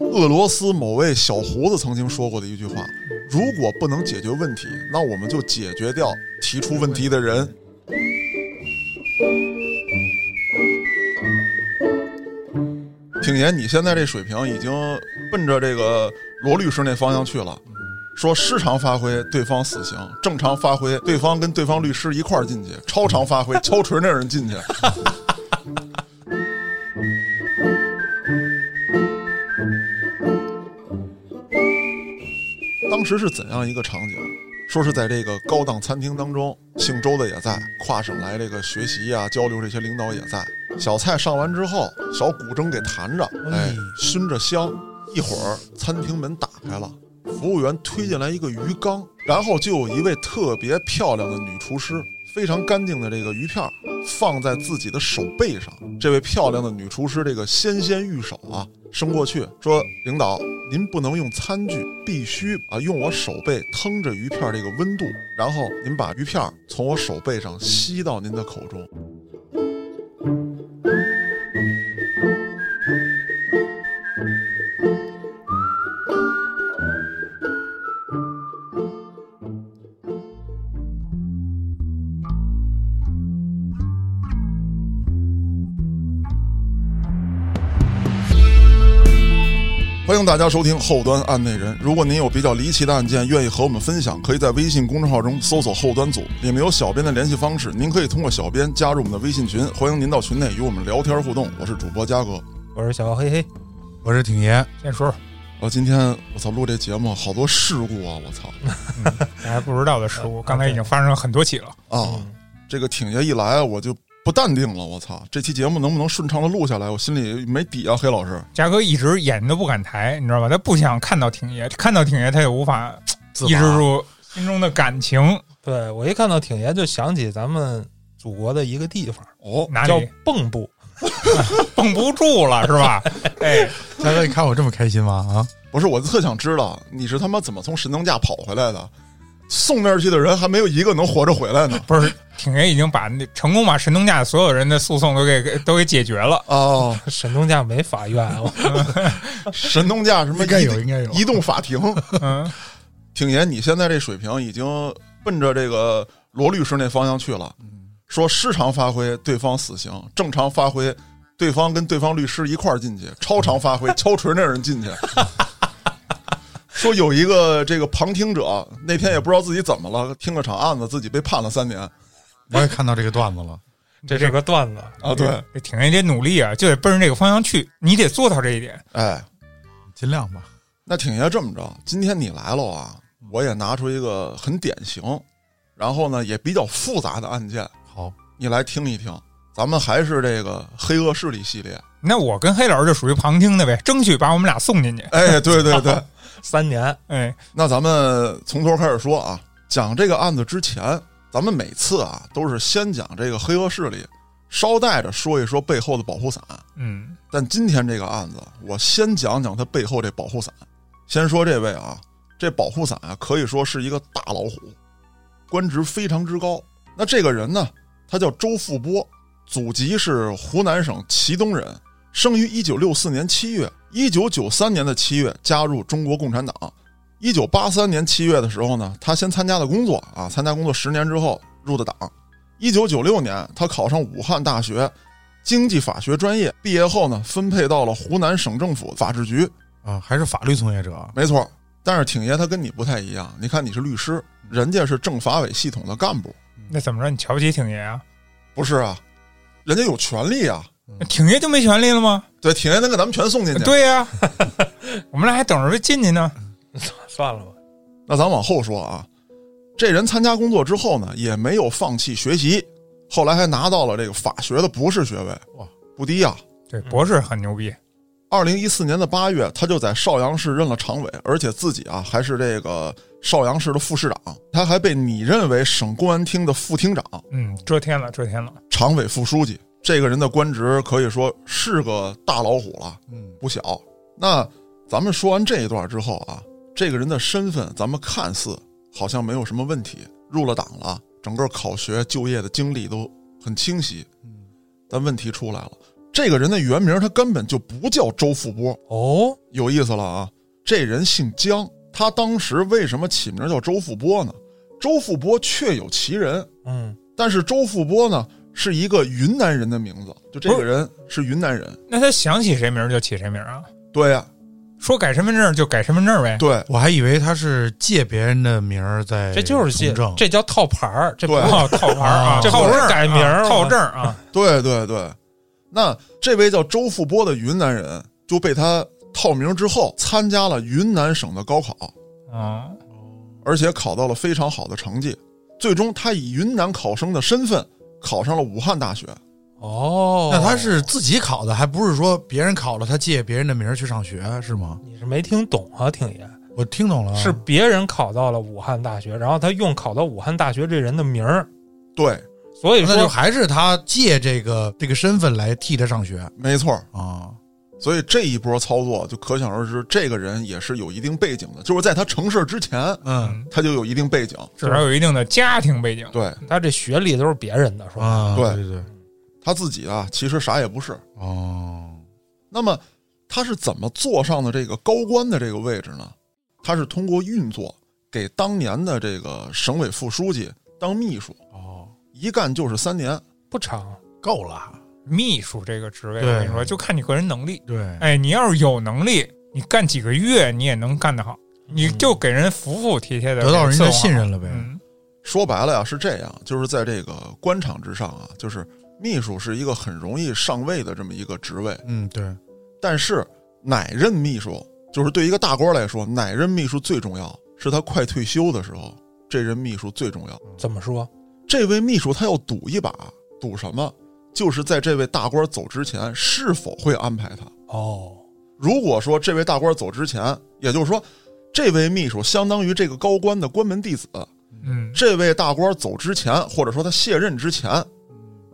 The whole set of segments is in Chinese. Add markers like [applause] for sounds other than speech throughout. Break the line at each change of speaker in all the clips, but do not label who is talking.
俄罗斯某位小胡子曾经说过的一句话：“如果不能解决问题，那我们就解决掉提出问题的人。”挺爷，你现在这水平已经奔着这个罗律师那方向去了。说失常发挥对方死刑，正常发挥对方跟对方律师一块儿进去，超常发挥敲锤那人进去。当时是怎样一个场景？说是在这个高档餐厅当中，姓周的也在，跨省来这个学习啊、交流这些领导也在。小菜上完之后，小古筝给弹着，哎
哎，
熏着香。一会儿，餐厅门打开了，服务员推进来一个鱼缸，然后就有一位特别漂亮的女厨师，非常干净的这个鱼片儿放在自己的手背上。这位漂亮的女厨师，这个纤纤玉手啊，伸过去说：“领导，您不能用餐具，必须啊用我手背腾着鱼片儿这个温度，然后您把鱼片儿从我手背上吸到您的口中。”欢迎大家收听《后端案内人》。如果您有比较离奇的案件，愿意和我们分享，可以在微信公众号中搜索“后端组”，里面有小编的联系方式。您可以通过小编加入我们的微信群，欢迎您到群内与我们聊天互动。我是主播嘉哥。
我是小黑黑，
我是挺爷，
先说说
我啊今天我操录这节目好多事故啊！我操
你还不知道的失误，
啊
刚才已经发生了很多起了。
啊！这个挺爷一来我就不淡定了。我操，这期节目能不能顺畅的录下来？我心里没底啊，黑老师。
嘉哥一直眼睛都不敢抬，你知道吧？他不想看到挺爷，看到挺爷他也无法
自
抑制
拔
住心中的感情。
对我一看到挺爷就想起咱们祖国的一个地方
哦，
哪
叫
里
蚌埠，
绷不
[laughs]
住了是吧？哎，
大哥，你看我这么开心吗？啊，
不是，我特想知道你是他妈怎么从神农架跑回来的？送那儿去的人还没有一个能活着回来呢。
不是，挺爷已经把那成功把神农架所有人的诉讼都给给都给解决了。
哦，
神农架没法院，
[laughs]
我
神农架什么
应该
移
有，应该有。
移动法庭。
嗯，
挺爷，你现在这水平已经奔着这个罗律师那方向去了。
嗯
说失常发挥对方死刑，正常发挥对方跟对方律师一块儿进
嗯
去，超常发
[laughs]
挥敲锤那人进去。 [laughs] 说有一个这个旁听者那天也不知道自己怎么了，听了场案子，自己被判了三年
我也看到这个段子了， [laughs]
这是个段子。嗯
啊！对，
这挺爷得努力啊，就得奔着这个方向去，你得做到这一点。
哎，
尽量吧。
那挺爷这么着，今天你来了啊，我也拿出一个很典型，然后呢也比较复杂的案件，
好，
你来听一听。咱们还是这个黑恶势力系列。
那我跟黑老师就属于旁听的呗，争取把我们俩送进去。
哎，对对对，
三年，
哎，
那咱们从头开始说啊。讲这个案子之前，咱们每次啊都是先讲这个黑恶势力，捎带着说一说背后的保护伞。
嗯，
但今天这个案子，我先讲讲它背后这保护伞。先说这位啊，这保护伞啊，可以说是一个大老虎，官职非常之高。那这个人呢，他叫周富波，祖籍是湖南省祁东人，生于一九六四年七月，一九九三年的七月加入中国共产党。一九八三年七月的时候呢，他先参加了工作啊，参加工作十年之后入的党。一九九六年，他考上武汉大学经济法学专业，毕业后呢，分配到了湖南省政府法制局。
啊，还是法律从业者，
没错，但是挺爷他跟你不太一样，你看你是律师，人家是政法委系统的干部，
嗯
那怎么着？你瞧不起挺爷啊？
不是啊？人家有权利啊。
嗯
那挺爷就没权利了吗？
对，挺爷能给咱们全送进去。，
对呀、我们俩还等着他进去呢。
算了吧，
那咱往后说啊，这人参加工作之后呢，也没有放弃学习，后来还拿到了这个法学的博士学位，
哇，
不低啊。
对，博士很牛逼，
二零一四年的八月，他就在邵阳市任了常委，而且自己啊还是这个邵阳市的副市长，他还被拟任为省公安厅的副厅长、
嗯，遮天了，遮天了。
常委副书记。这个人的官职可以说是个大老虎了，
嗯，
不小。那咱们说完这一段之后啊，这个人的身份咱们看似好像没有什么问题，入了党了，整个考学、就业的经历都很清晰
嗯。
但问题出来了，这个人的原名他根本就不叫周富波，
哦，
有意思了啊！这人姓姜，他当时为什么起名叫周富波呢？周富波确有其人，
嗯，
但是周富波呢是一个云南人的名字，就这个人是云南人。
那他想起谁名儿就起谁名儿啊？
对呀、
说改身份证就改身份证呗。
对，
我还以为他是借别人的名儿在
这就是借
哎从政，
这叫套牌儿，这不
对
叫
哦，套牌儿
啊
啊，
这
套
不
证
是
儿
改
啊
名儿吗
套证儿啊。
对，对，对。那这位叫周富波的云南人就被他套名之后，参加了云南省的高考，
哦，
而且考到了非常好的成绩。最终，他以云南考生的身份考上了武汉大学。
哦，
那他是自己考的，还不是说别人考了他借别人的名儿去上学是吗？
你是没听懂啊，挺爷。
我听懂了啊，
是别人考到了武汉大学，然后他用考到武汉大学这人的名儿，
对，
所以
啊那就
说
还是他借这个这个身份来替他上学
没错儿。
啊？
所以这一波操作就可想而知，这个人也是有一定背景的，就是在他成事之前，
嗯
他就有一定背景。
至少有一定的家庭背景。
对
他这学历都是别人的，说白了
啊，
对
对对，
他自己啊，其实啥也不是。
哦，
那么他是怎么坐上的这个高官的这个位置呢？他是通过运作给当年的这个省委副书记当秘书，
哦，
一干就是三年。
不长。
够了，
秘书这个职位，
对
我跟你说，就看你个人能力。
对，
哎，你要是有能力，你干几个月你也能干得好，你就给人服服帖帖的，
得到人
哎
给
家
伺候好
信。任了呗。
嗯，
说白了呀、是这样，就是在这个官场之上啊，就是秘书是一个很容易上位的这么一个职位。
嗯，对，
但是哪任秘书，就是对一个大官来说，哪任秘书最重要？是他快退休的时候，这任秘书最重要。
嗯
怎么说？
这位秘书他要赌一把，赌什么？就是在这位大官走之前，是否会安排他。
哦，
如果说这位大官走之前，也就是说，这位秘书相当于这个高官的关门弟子，
嗯，
这位大官走之前，或者说他卸任之前，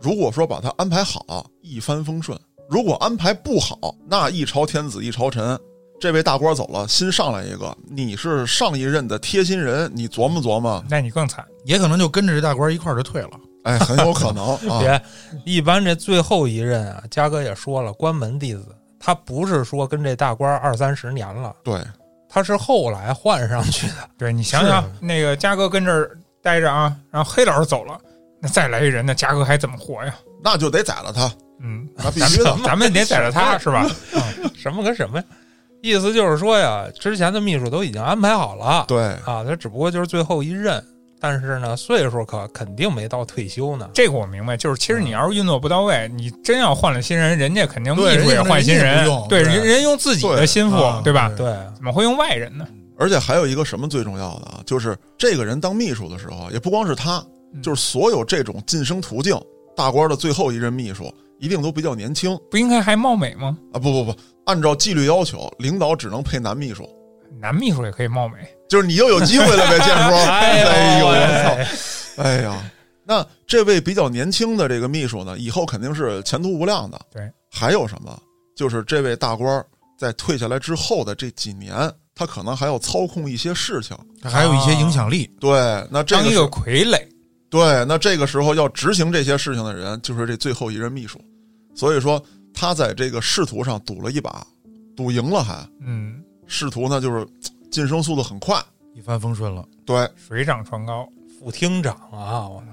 如果说把他安排好，一帆风顺；如果安排不好，那一朝天子一朝臣。这位大官走了，新上来一个，你是上一任的贴心人，你琢磨琢磨，
那你更惨。
也可能就跟着这大官一块儿就退了。
哎，很有可能啊。
别，一般这最后一任啊，嘉哥也说了，关门弟子，他不是说跟这大官儿二三十年了，
对，
他是后来换上去的。啊
对你想想，那个嘉哥跟这儿待着啊，然后黑老师走了，那再来一人，那嘉哥还怎么活呀？
那就得宰了他，
嗯，
那必须
[laughs]
的。
咱们得逮着他是吧？
什么跟什么呀？意思就是说呀，之前的秘书都已经安排好了，
对，
啊，他只不过就是最后一任，但是呢，岁数可肯定没到退休呢。
这个我明白，就是其实你要是运作不到位，你真要换了新人，人家肯定秘
对
书也
人家
换新
人家
人
不用，
对，
对
人人用自己的
对
心腹
啊，
对吧？
对
对，
怎么会用外人呢？
而且还有一个什么最重要的啊，就是这个人当秘书的时候，也不光是他，
嗯
就是所有这种晋升途径，大官的最后一任秘书一定都比较年轻。
不应该还貌美吗？
啊，不不不，按照纪律要求，领导只能配男秘书，
男秘书也可以貌美，
就是你又有机会了呗，建叔。 [laughs] 哎呦，
喂
我操！哎呀，那这位比较年轻的这个秘书呢，以后肯定是前途无量的。
对，
还有什么？就是这位大官儿在退下来之后的这几年，他可能还要操控一些事情。
他还有一些影响力，
对，那这
当
个
一
时
个傀儡。
对，那这个时候要执行这些事情的人，就是这最后一任秘书。所以说，他在这个仕途上赌了一把，赌赢了还。
嗯，
仕途呢就是嘖晋升速度很快。
一帆风顺了。
对，
水涨船高。
副厅长啊，我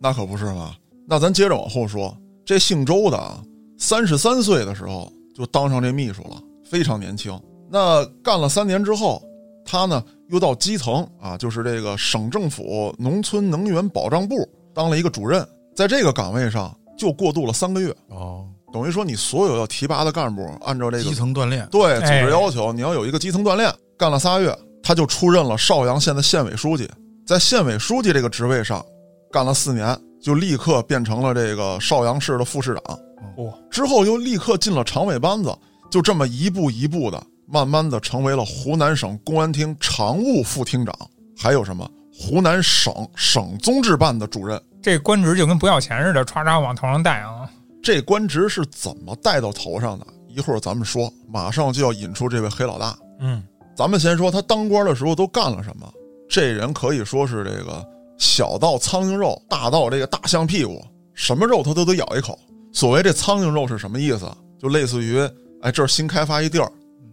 那可不是嘛。那咱接着往后说，这姓周的啊，三十三岁的时候就当上这秘书了，非常年轻。那干了三年之后，他呢又到基层啊，就是这个省政府农村能源保障部当了一个主任，在这个岗位上就过渡了三个月，
哦，
等于说你所有要提拔的干部，按照这个
基层锻炼，
对组
哎
织要求，你要有一个基层锻炼。干了仨月，他就出任了邵阳县的县委书记，在县委书记这个职位上干了四年，就立刻变成了这个邵阳市的副市长。
哇
之后又立刻进了常委班子，就这么一步一步的，慢慢的成为了湖南省公安厅常务副厅长，还有什么湖南省省综治办的主任。
这官职就跟不要钱似的，歘歘往头上戴啊！
这官职是怎么带到头上的？一会儿咱们说，马上就要引出这位黑老大。
嗯，
咱们先说他当官的时候都干了什么。这人可以说是这个小到苍蝇肉，大到这个大象屁股，什么肉他都得咬一口。所谓这苍蝇肉是什么意思啊？就类似于，哎，这儿新开发一地儿，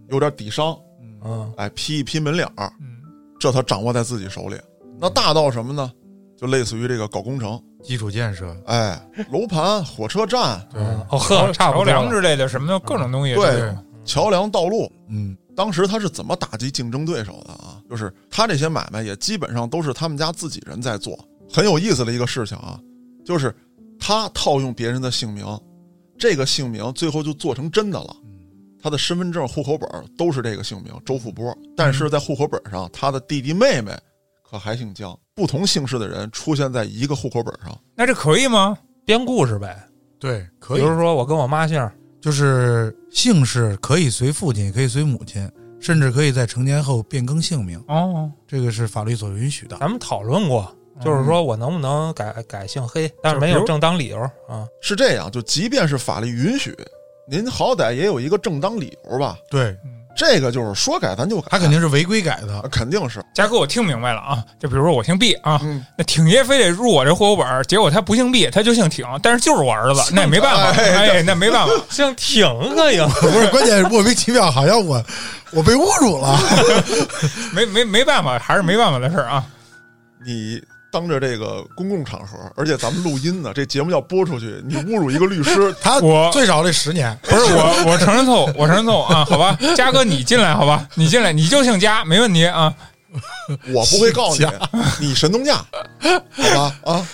有点底商，
嗯
哎，劈一劈门脸儿，
嗯，
这他掌握在自己手里。那大到什么呢？就类似于这个搞工程，
基础建设，
哎，楼盘、火车站、
嗯，哦
桥
呵，差
桥
不多
梁
了。
之类的什么的，各种东西都
对
有，
桥梁、道路，
嗯，
当时他是怎么打击竞争对手的啊？就是他这些买卖也基本上都是他们家自己人在做。很有意思的一个事情啊，就是他套用别人的姓名，这个姓名最后就做成真的了。他的身份证、户口本都是这个姓名周富波，但是在户口本上，他的弟弟妹妹可还姓江。不同姓氏的人出现在一个户口本上，
那这可以吗？
编故事呗，
对，可
比
以，
如说我跟我妈姓儿，
就是姓氏可以随父亲，也可以随母亲，甚至可以在成年后变更姓名，
哦，
这个是法律所允许的。
咱们讨论过，就是说我能不能改改姓黑，但是没有正当理由啊。
是这样，就即便是法律允许，您好歹也有一个正当理由吧？
对
嗯
这个就是说改咱就改，
他肯定是违规改的，
肯定是，
嘉哥，我听明白了啊，就比如说我姓毕啊，
嗯，
那挺爷非得入我这户口本儿，结果他不姓毕，他就姓挺，但是就是我儿子，那也没办法，哎，那没
[laughs]
办法，
姓啊挺可以，
[laughs] 不是？关键是莫名其妙，好像我 [laughs] 我被侮辱了。 [laughs]，
没没没办法，还是没办法的事儿啊。
你当着这个公共场合，而且咱们录音呢，这节目要播出去，你侮辱一个律师 [laughs]
他
我
最少得十年，
不是我，我承认错误，我承认错误啊，好吧，嘉哥你进来，好吧，你进来，你就姓嘉，没问题啊。
我不会告诉你，你神农架，好吧？啊，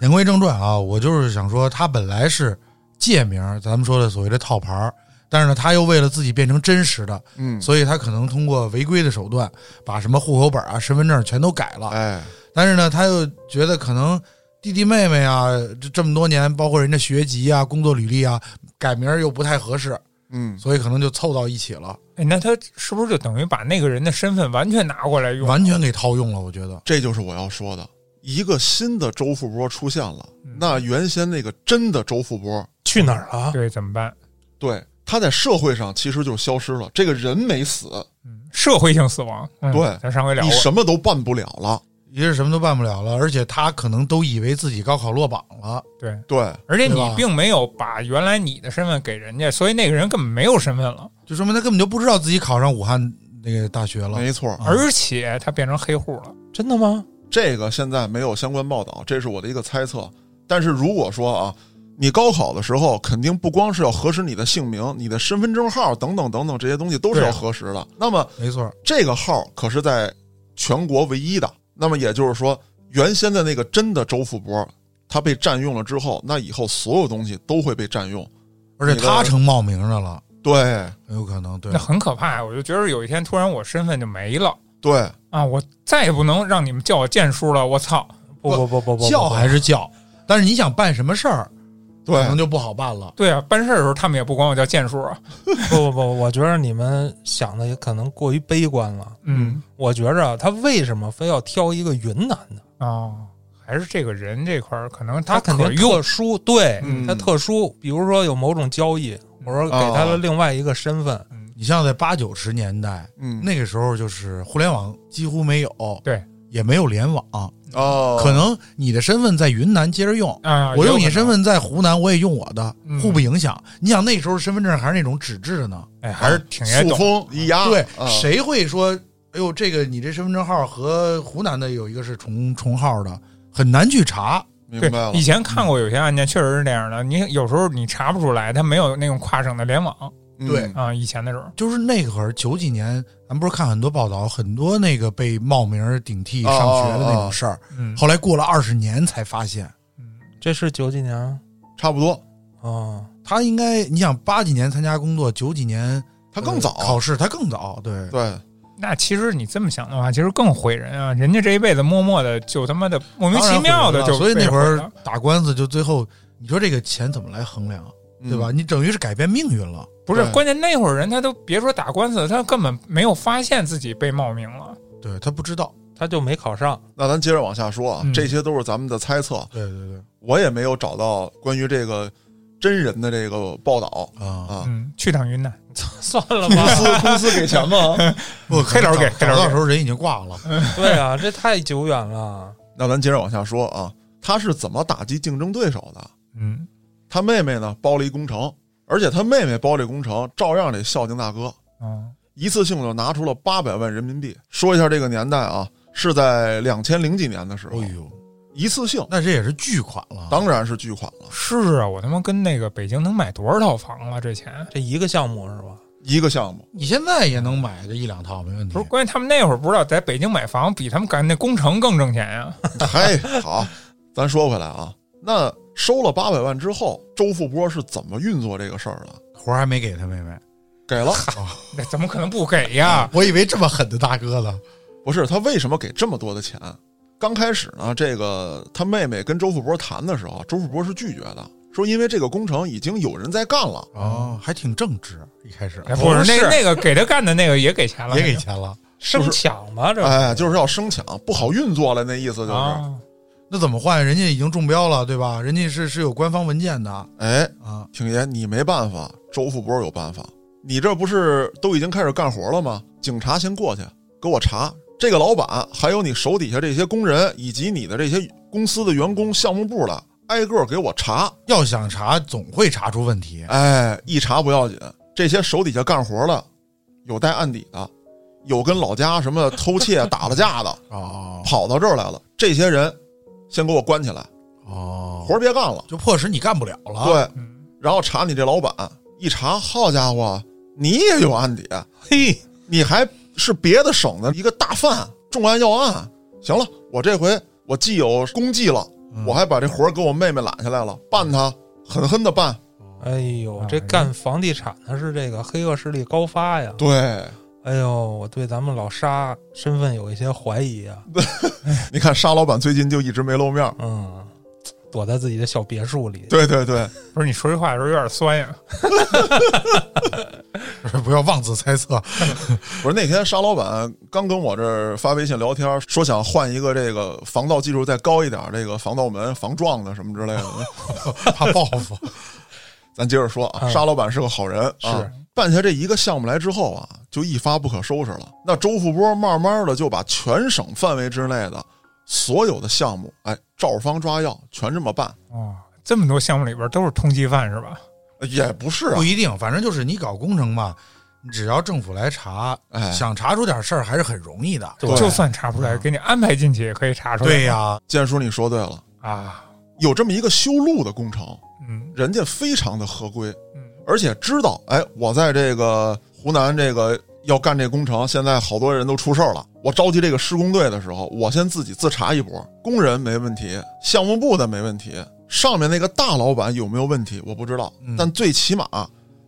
言归正传啊，我就是想说，他本来是借名儿，咱们说的所谓的套牌儿，但是呢，他又为了自己变成真实的，
[laughs] 嗯，
所以他可能通过违规的手段，把什么户口本啊、身份证全都改了。
哎，
但是呢，他又觉得可能弟弟妹妹啊，这这么多年，包括人家学籍啊、工作履历啊，改名儿又不太合适，
嗯，
所以可能就凑到一起了，
哎，那他是不是就等于把那个人的身份完全拿过来用？
完全给套用了。我觉得，
这就是我要说的，一个新的周富波出现了，那原先那个真的周富波，
[laughs] 去哪儿了？
对，怎么办？
对，他在社会上其实就消失了，这个人没死，
嗯，社会性死亡。嗯、
对
咱上回聊
你
过。
什么都办不了了，
一是什么都办不了了，而且他可能都以为自己高考落榜了，
对，
对，
而且
对
你
吧
并没有把原来你的身份给人家，所以那个人根本没有身份了，
就说明他根本就不知道自己考上武汉那个大学了。
没错，
啊
而且他变成黑户了。
真的吗？
这个现在没有相关报道，这是我的一个猜测。但是如果说啊，你高考的时候肯定不光是要核实你的姓名、你的身份证号等等等等这些东西都是
对
要核实的。那么
没错，
这个号可是在全国唯一的。那么也就是说，原先的那个真的周富波，他被占用了之后，那以后所有东西都会被占用。
而且他成冒名的了，
对
很有可能对
那。很可怕呀！我就觉得有一天突然我身份就没了
对，
啊，我再也不能让你们叫我剑叔了。我操！
不不不不不，
叫还
是
是叫，但是你想办什么事儿，
对
可能就不好办了。
对啊，办事儿的时候他们也不管我叫剑叔啊。
不不不，我觉得你们想的也可能过于悲观了。
嗯，
我觉着他为什么非要挑一个云南呢？
哦，还是这个人这块儿，可能
他肯
可
定
用
特殊，对、
嗯
他特殊，比如说有某种交易，我说给
哦
他了另外一个身份，
你像在八九十年代
嗯，
那个时候，就是互联网几乎没有，
对，
也没有联网，
哦，
可能你的身份在云南接着用。
啊，
我用你
有可能
身，份在湖南，我也用我的
嗯，
互不影响。你想那时候身份证还是那种纸质的呢，
哎，还是挺也
塑
懂。
封一压，
对，
啊
谁会说，哎呦，这个你这身份证号和湖南的有一个是重重号的，很难去查。
明
对
白了，
以前看过有些案件，确实是这样的。你有时候你查不出来，它没有那种跨省的联网
嗯
对
啊。以前的时候，
就是那会儿九几年，咱们不是看很多报道，很多那个被冒名儿顶替上
哦
学的那种事儿，
嗯，
后来过了二十年才发现，
嗯
这是九几年啊、
差不多，
哦
他应该你想八几年参加工作，九几年
他更早，
呃考试，他更早，对，
对，
那其实你这么想的话，其实更毁人啊！人家这一辈子默默的就他妈的莫名其妙的
当然会了
就
所以那会
被毁
儿
了
打官司就最后，你说这个钱怎么来衡量，对吧？？你等于是改变命运了。
不是
对
关键，那会儿人他都别说打官司，他根本没有发现自己被冒名了。
对他不知道，
他就没考上，
那咱接着往下说啊
嗯，
这些都是咱们的猜测。
对对对，
我也没有找到关于这个真人的这个报道
啊，
啊。
嗯，去趟云南，
[laughs] 算了
公
吧。
司公司给钱吗？
不，
黑老师给嗯黑老师
到时候人已经挂了，
[laughs] 对啊，这太久远了。
那咱接着往下说啊，他是怎么打击竞争对手的？
嗯，
他妹妹呢包了一工程，而且他妹妹包这工程照样得孝敬大哥，
嗯
一次性就拿出了八百万人民币。说一下这个年代啊，是在两千零几年的时候，
哎呦，
一次性
那这也是巨款了。
当然是巨款了，
是啊，我他妈跟那个北京能买多少套房了？这钱
这一个项目是吧？
一个项目。
你现在也能买个一两套，没问题
不是，。关键他们那会儿不知道在北京买房比他们干那工程更挣钱呀、 [laughs]
[laughs] 嘿，好，咱说回来啊，那收了八百万之后，周富波是怎么运作这个事儿的？
活儿还没给他妹妹，
给了，
那怎么可能不给
[laughs]
呀？
我以为这么狠的大哥了。
不是他为什么给这么多的钱？刚开始呢，这个他妹妹跟周富波谈的时候，周富波是拒绝的，说因为这个工程已经有人在干了。
哦，还挺正直，一开始
哎不是那
是
那个给他干的那个也给钱了，
也给钱了，
生抢吗？这
哎，就是要生抢，不好运作了，那意思就是，
啊，
那怎么换？人家已经中标了，对吧？人家是是有官方文件的
哎，
啊。
挺爷你没办法，周富波有办法。你这不是都已经开始干活了吗？警察先过去给我查这个老板，还有你手底下这些工人，以及你的这些公司的员工、项目部的，挨个给我查。
要想查，总会查出问题。
哎，一查不要紧，这些手底下干活的，有带案底的，有跟老家什么偷窃、 [laughs] 打了架的，
哦
跑到这儿来了。这些人先给我关起来，
哦，
活儿别干了。
就迫使你干不了了。，
对，
嗯，
然后查你这老板，一查，好家伙，你也有案底。啊
嘿，
你还是别的省的一个大犯，重案要案。行了，我这回我既有功绩了，我还把这活儿给我妹妹揽下来了，办他，狠狠的办。
哎呦
啊，
这干房地产的是这个黑恶势力高发呀！
对，
哎呦，我对咱们老沙身份有一些怀疑啊。
你看沙老板最近就一直没露面儿。
嗯，躲在自己的小别墅里。
对对对，
不是你说这话的时候有点酸呀，
不要妄自猜测。
不是那天沙老板刚跟我这儿发微信聊天，说想换一个这个防盗技术再高一点儿，这个防盗门、防撞的什么之类的。
[laughs]
怕报复。
咱接着说啊，
嗯
沙老板是个好人啊。
是
办下这一个项目来之后啊，就一发不可收拾了。那周富波慢慢的就把全省范围之内的所有的项目，哎，照方抓药，全这么办。
哦，这么多项目里边都是通缉犯是吧？
呃也不是啊
不，一定，反正就是你搞工程嘛，你只要政府来查，
哎
想查出点事儿还是很容易的。
对
就算查不出来，给你安排进去也可以查出来。
对呀、
建叔你说对了，
啊，
有这么一个修路的工程，
嗯
人家非常的合规，
嗯，
而且知道，哎，我在这个湖南这个要干这工程，现在好多人都出事儿了。我召集这个施工队的时候，我先自己自查一波，工人没问题，项目部的没问题，上面那个大老板有没有问题我不知道，
嗯
但最起码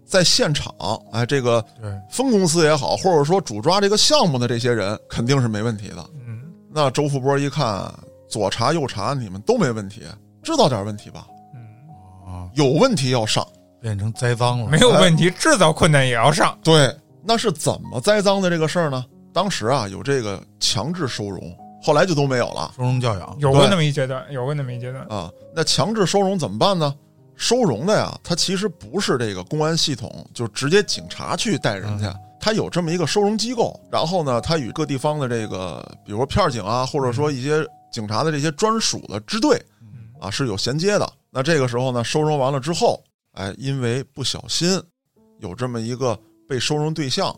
在现场，哎，这个
对，
分公司也好，或者说主抓这个项目的这些人肯定是没问题的。
嗯
那周富波一看，左查右查，你们都没问题，知道点问题吧？
嗯，
啊，
有问题要上。
变成栽赃了。
没有问题，制造困难也要上。
对，那是怎么栽赃的这个事儿呢？当时啊，有这个强制收容，后来就都没有了
收容教养，
有过
对
那么一阶段，有过那么一阶段。
啊。那强制收容怎么办呢？收容的呀，它其实不是这个公安系统，就直接警察去带人去，它有这么一个收容机构。然后呢，它与各地方的这个，比如说片儿警啊，或者说一些警察的这些专属的支队
嗯
啊，是有衔接的。那这个时候呢，收容完了之后，哎，因为不小心有这么一个被收容对象，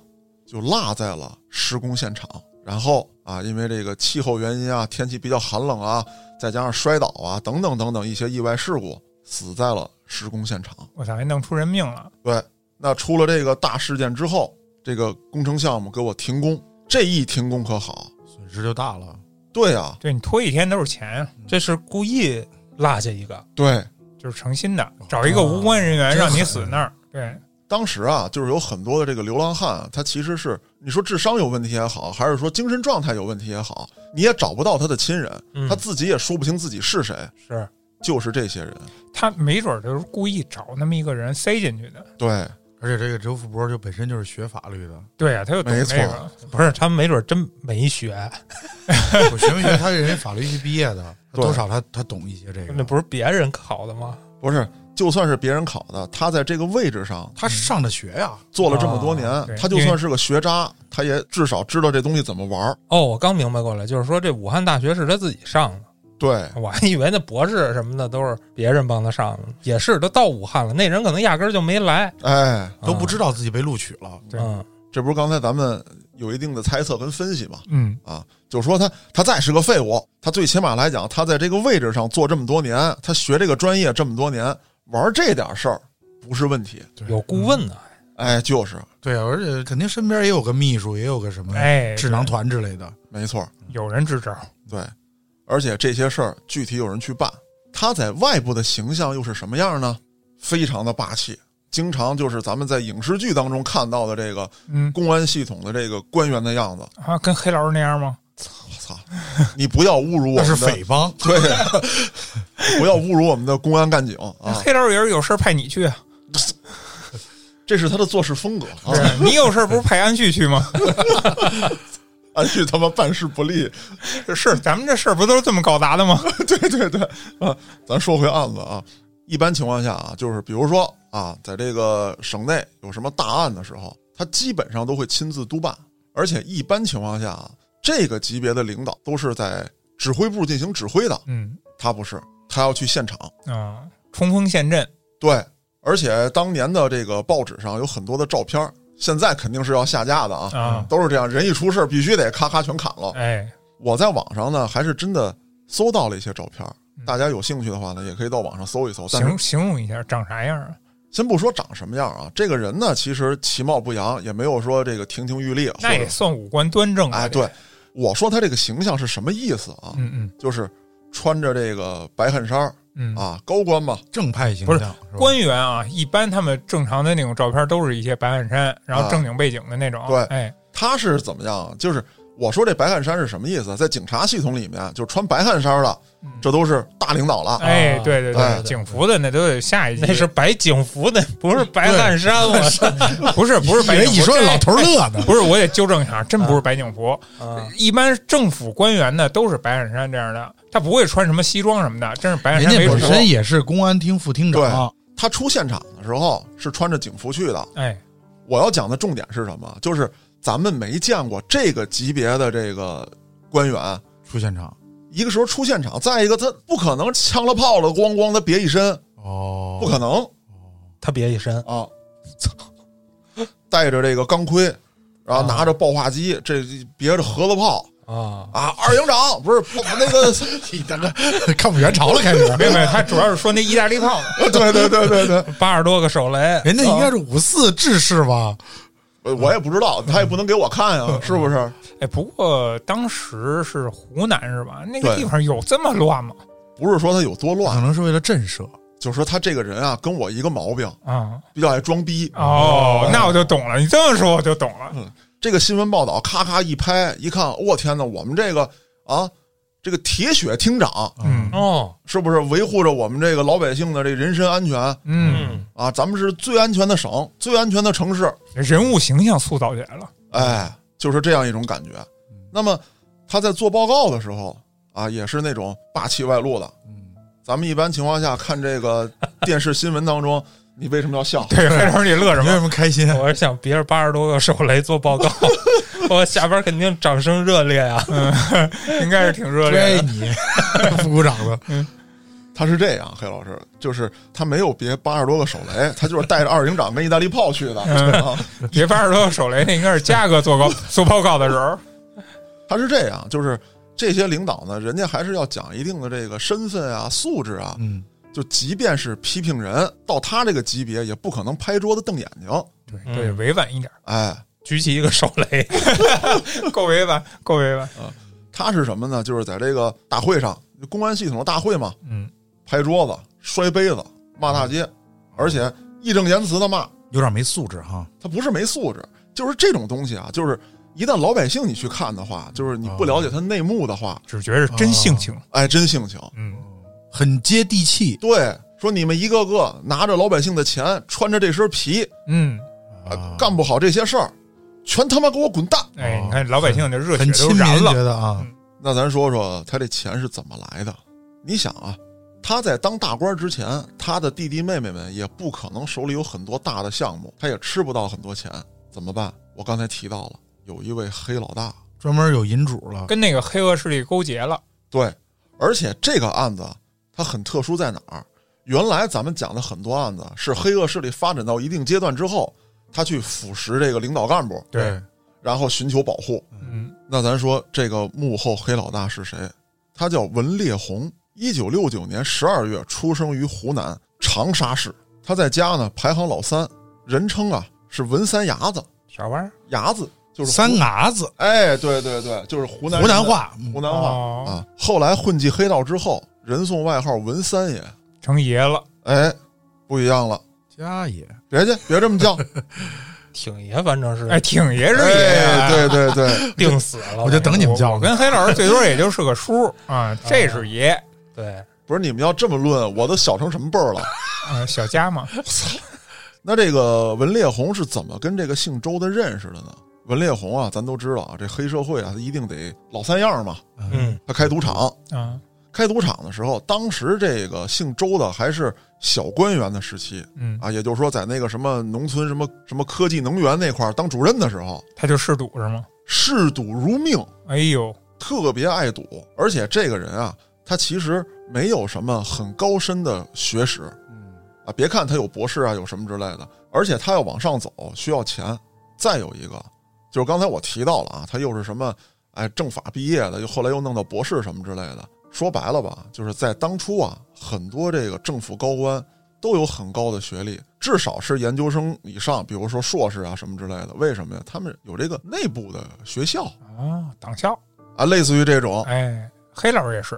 就落在了施工现场。然后啊，因为这个气候原因啊，天气比较寒冷啊，再加上摔倒啊等等等等一些意外事故，死在了施工现场。
我操，还弄出人命了。
对，那出了这个大事件之后，这个工程项目给我停工，这一停工可好？
损失就大了。
对啊，
对你拖一天都是钱呀，
这是故意落下一个，
对，
就是诚心的，找一个无关人员
真
让你
狠
死那儿。对，
当时啊，就是有很多的这个流浪汉啊，他其实是你说智商有问题也好，还是说精神状态有问题也好，你也找不到他的亲人，
嗯
他自己也说不清自己是谁，
是
就是这些人。
他没准儿就是故意找那么一个人塞进去的。
对，
而且这个周富波就本身就是学法律的， [laughs]
对啊呀、他就懂
没
这
错
个。
不是？他没准真没学，
啊
我学没学？他是人家法律系毕业的，他
对
多少他他懂一些这
那
个。
不是别人考的吗？
不是，就算是别人考的，他在这个位置上
他上的学呀，
做了这么多年，
对
他就算是个学渣，他也至少知道这东西怎么玩儿。
哦，我刚明白过来，就是说这武汉大学是他自己上的，
对，
我还以为那博士什么的都是别人帮他上的，也是都到武汉了，那人可能压根儿就没来，
哎，
都不知道自己被录取了。
对
嗯
这不是刚才咱们有一定的猜测跟分析嘛？
嗯，
啊，就说他他再是个废物，他最起码来讲，他在这个位置上做这么多年，他学这个专业这么多年，玩这点事儿不是问题。
对
有顾问呢，
哎，就是
对啊，而且肯定身边也有个秘书，也有个什么
哎，
智囊团之类的。
没错，
有人支招，
对，而且这些事儿具体有人去办，他在外部的形象又是什么样呢？非常的霸气，经常就是咱们在影视剧当中看到的这个
嗯
公安系统的这个官员的样子。
啊，跟黑老师那样吗？
我操，你不要侮辱我
那
们
是
的
匪帮，
对，不要侮辱我们的公安干警
[laughs]
啊！
黑老师也是有事儿派你去啊，
这是他的做事风格啊
是！你有事儿不是派安旭去吗？
安旭他妈办事不力，
是，咱们这事儿不都是这么搞砸的吗？
对 [laughs] 对对啊！咱说回案子啊，一般情况下啊，就是比如说啊，在这个省内有什么大案的时候，他基本上都会亲自督办，而且一般情况下啊，这个级别的领导都是在指挥部进行指挥的，
嗯
他不是，他要去现场。
啊，冲锋陷阵，
对，而且当年的这个报纸上有很多的照片儿，现在肯定是要下架的啊，
啊
都是这样，人一出事儿必须得咔咔全砍了。
哎，
我在网上呢，还是真的搜到了一些照片儿，
嗯
大家有兴趣的话呢，也可以到网上搜一搜。但是
形形容一下长啥样啊？
先不说长什么样啊，这个人呢，其实其貌不扬，也没有说这个亭亭玉立，
那
或
也
者
算五官端正了啊
哎，对，，我说他这个形象是什么意思啊？
嗯嗯
就是穿着这个白汗衫儿
嗯。
啊，高官嘛，
正派形
不是
象。是吧
官员啊，一般他们正常的那种照片都是一些白汗衫，然后
啊
正经背景的那种。
对
哎，
他是怎么样啊？就是我说这白汗衫是什么意思？在警察系统里面，就穿白汗衫的，
嗯
这都是大领导了。
哎，对对
哎
对，警服的那都得下一级，
那是白警服的，不是白汗
[laughs]
衫，我操！
不是不是白
以为
警服？
你说
这
老头儿乐呢，
[laughs] 不是，我得纠正一下，真不是白警服。
啊
一般政府官员呢都是白汗衫这样的，他不会穿什么西装什么的，真是白汗
人
衫
家
为
本
主。
身也是公安厅副厅长，
他出现场的时候是穿着警服去的。
哎，
我要讲的重点是什么？就是咱们没见过这个级别的这个官员，
出现场
一个时候出现场，再一个他不可能枪了炮了，咣咣的别一身，
哦，
[laughs]
不可能
嗯
他别一身，
啊！ [laughs] 带着这个钢盔，然后
啊
拿着爆话机，这别着盒子炮
啊，
啊！二营长不是不那个，
[laughs] 你大哥看不元朝了，开始。
没有没有，他主要是说那意大利
[laughs]
炮呢，
[laughs] 对对对对对，
八十多个手雷，
人家应该是五四志士吧？
呃我也不知道，他也不能给我看
[laughs]
呀，是不是？
哎，不过当时是湖南是吧？那
对
个地方有这么乱吗？
不是说他有多
可
啊
乱，
能是为了震慑。
就是说他这个人啊，跟我一个毛病，
啊、
比较爱装逼。
哦，那我就懂了，你这么说我就懂了。
嗯
这个新闻报道咔咔一拍，一看，我天哪，我们这个啊，这个铁血厅长
嗯
哦，
是不是维护着我们这个老百姓的这人身安全
嗯，
嗯，
啊？咱们是最安全的省，最安全的城市，
人物形象塑造起来了。
哎，就是这样一种感觉。那么他在做报告的时候啊，也是那种霸气外露的。
嗯，
咱们一般情况下看这个电视新闻当中，你为什么要笑？
对，黑老师你乐什
啊你为
么？
什么开心？
我是想别着八十多个手雷做报
[laughs]
告，我下边肯定掌声热烈啊！
应该是挺热烈
追
的。
你，不鼓掌的。
嗯
他是这样，黑老师，就是他没有别八十多个手雷，他就是带着二营长跟意大利炮去的。啊，
别八十多个手雷，那应该是嘉哥做高做报告的时候。
他是这样，就是这些领导呢，人家还是要讲一定的这个身份啊、素质啊。
嗯，
就即便是批评人，到他这个级别，也不可能拍桌子瞪眼睛。
对
嗯
对，委婉一点，
哎，
举起一个手雷，
[laughs] 够委婉，够委婉。
他是什么呢？就是在这个大会上，公安系统的大会嘛，
嗯，
拍桌子、摔杯子、骂大街，而且义正言辞的骂。
有点没素质哈。
他不是没素质，就是这种东西啊，就是一旦老百姓你去看的话，就是你不了解他内幕的话，
只觉得真性
哦
情。
哎，真性情。
嗯，
很接地气
对，说你们一个个拿着老百姓的钱，穿着这身皮，
嗯，
呃、
啊
干不好这些事儿，全他妈给我滚蛋！
哎，
哦
你看老百姓的热
很
血
亲
都
民，
燃
觉
了。嗯
得啊，
那咱说说他这钱是怎么来的？你想啊，他在当大官之前，他的弟弟妹妹们也不可能手里有很多大的项目，他也吃不到很多钱，怎么办？我刚才提到了，有一位黑老大，
专门有银主了。
跟那个黑恶势力勾结了，
对，而且这个案子它很特殊在哪儿？原来咱们讲的很多案子是黑恶势力发展到一定阶段之后，他去腐蚀这个领导干部，
对，
然后寻求保护。
嗯，
那咱说这个幕后黑老大是谁？他叫文烈红，一九六九年十二月出生于湖南长沙市。他在家呢排行老三，人称啊是文三伢子，
啥玩意儿？
伢子就是湖
三伢子，
哎，对对对，就是湖南
湖南
人的
话，
湖
嗯
南话、
哦
啊。后来混迹黑道之后，人送外号文三爷，
成爷了，
哎，不一样了，
家也
别介，别这么 [laughs] 叫，
挺爷反正是
哎，挺爷是爷
哎，
呀，
对对对， [laughs]
定死了，
我就等你们叫
我跟黑老师最多也就是个叔啊，这是爷
对，
不是你们要这么论，我都小成什么辈儿了？ [laughs]
啊，小家嘛，
那这个文烈红是怎么跟这个姓周的认识的呢？文烈红啊，咱都知道啊，这黑社会啊，他一定得老三样嘛。
嗯，
他开赌场，
啊，
开赌场的时候，当时这个姓周的还是小官员的时期
嗯，
啊，也就是说，在那个什么农村什么什么科技能源那块儿当主任的时候，
他就嗜赌是吗？
嗜赌如命，
哎呦，
特别爱赌，而且这个人啊，他其实没有什么很高深的学识啊，别看他有博士啊，有什么之类的，而且他要往上走需要钱。再有一个，就是刚才我提到了啊，他又是什么哎政法毕业的，又后来又弄到博士什么之类的。说白了吧，就是在当初啊，很多这个政府高官都有很高的学历，至少是研究生以上，比如说硕士啊什么之类的。为什么呀？他们有这个内部的学校
啊，党校，
啊，类似于这种。
哎，黑老师也是，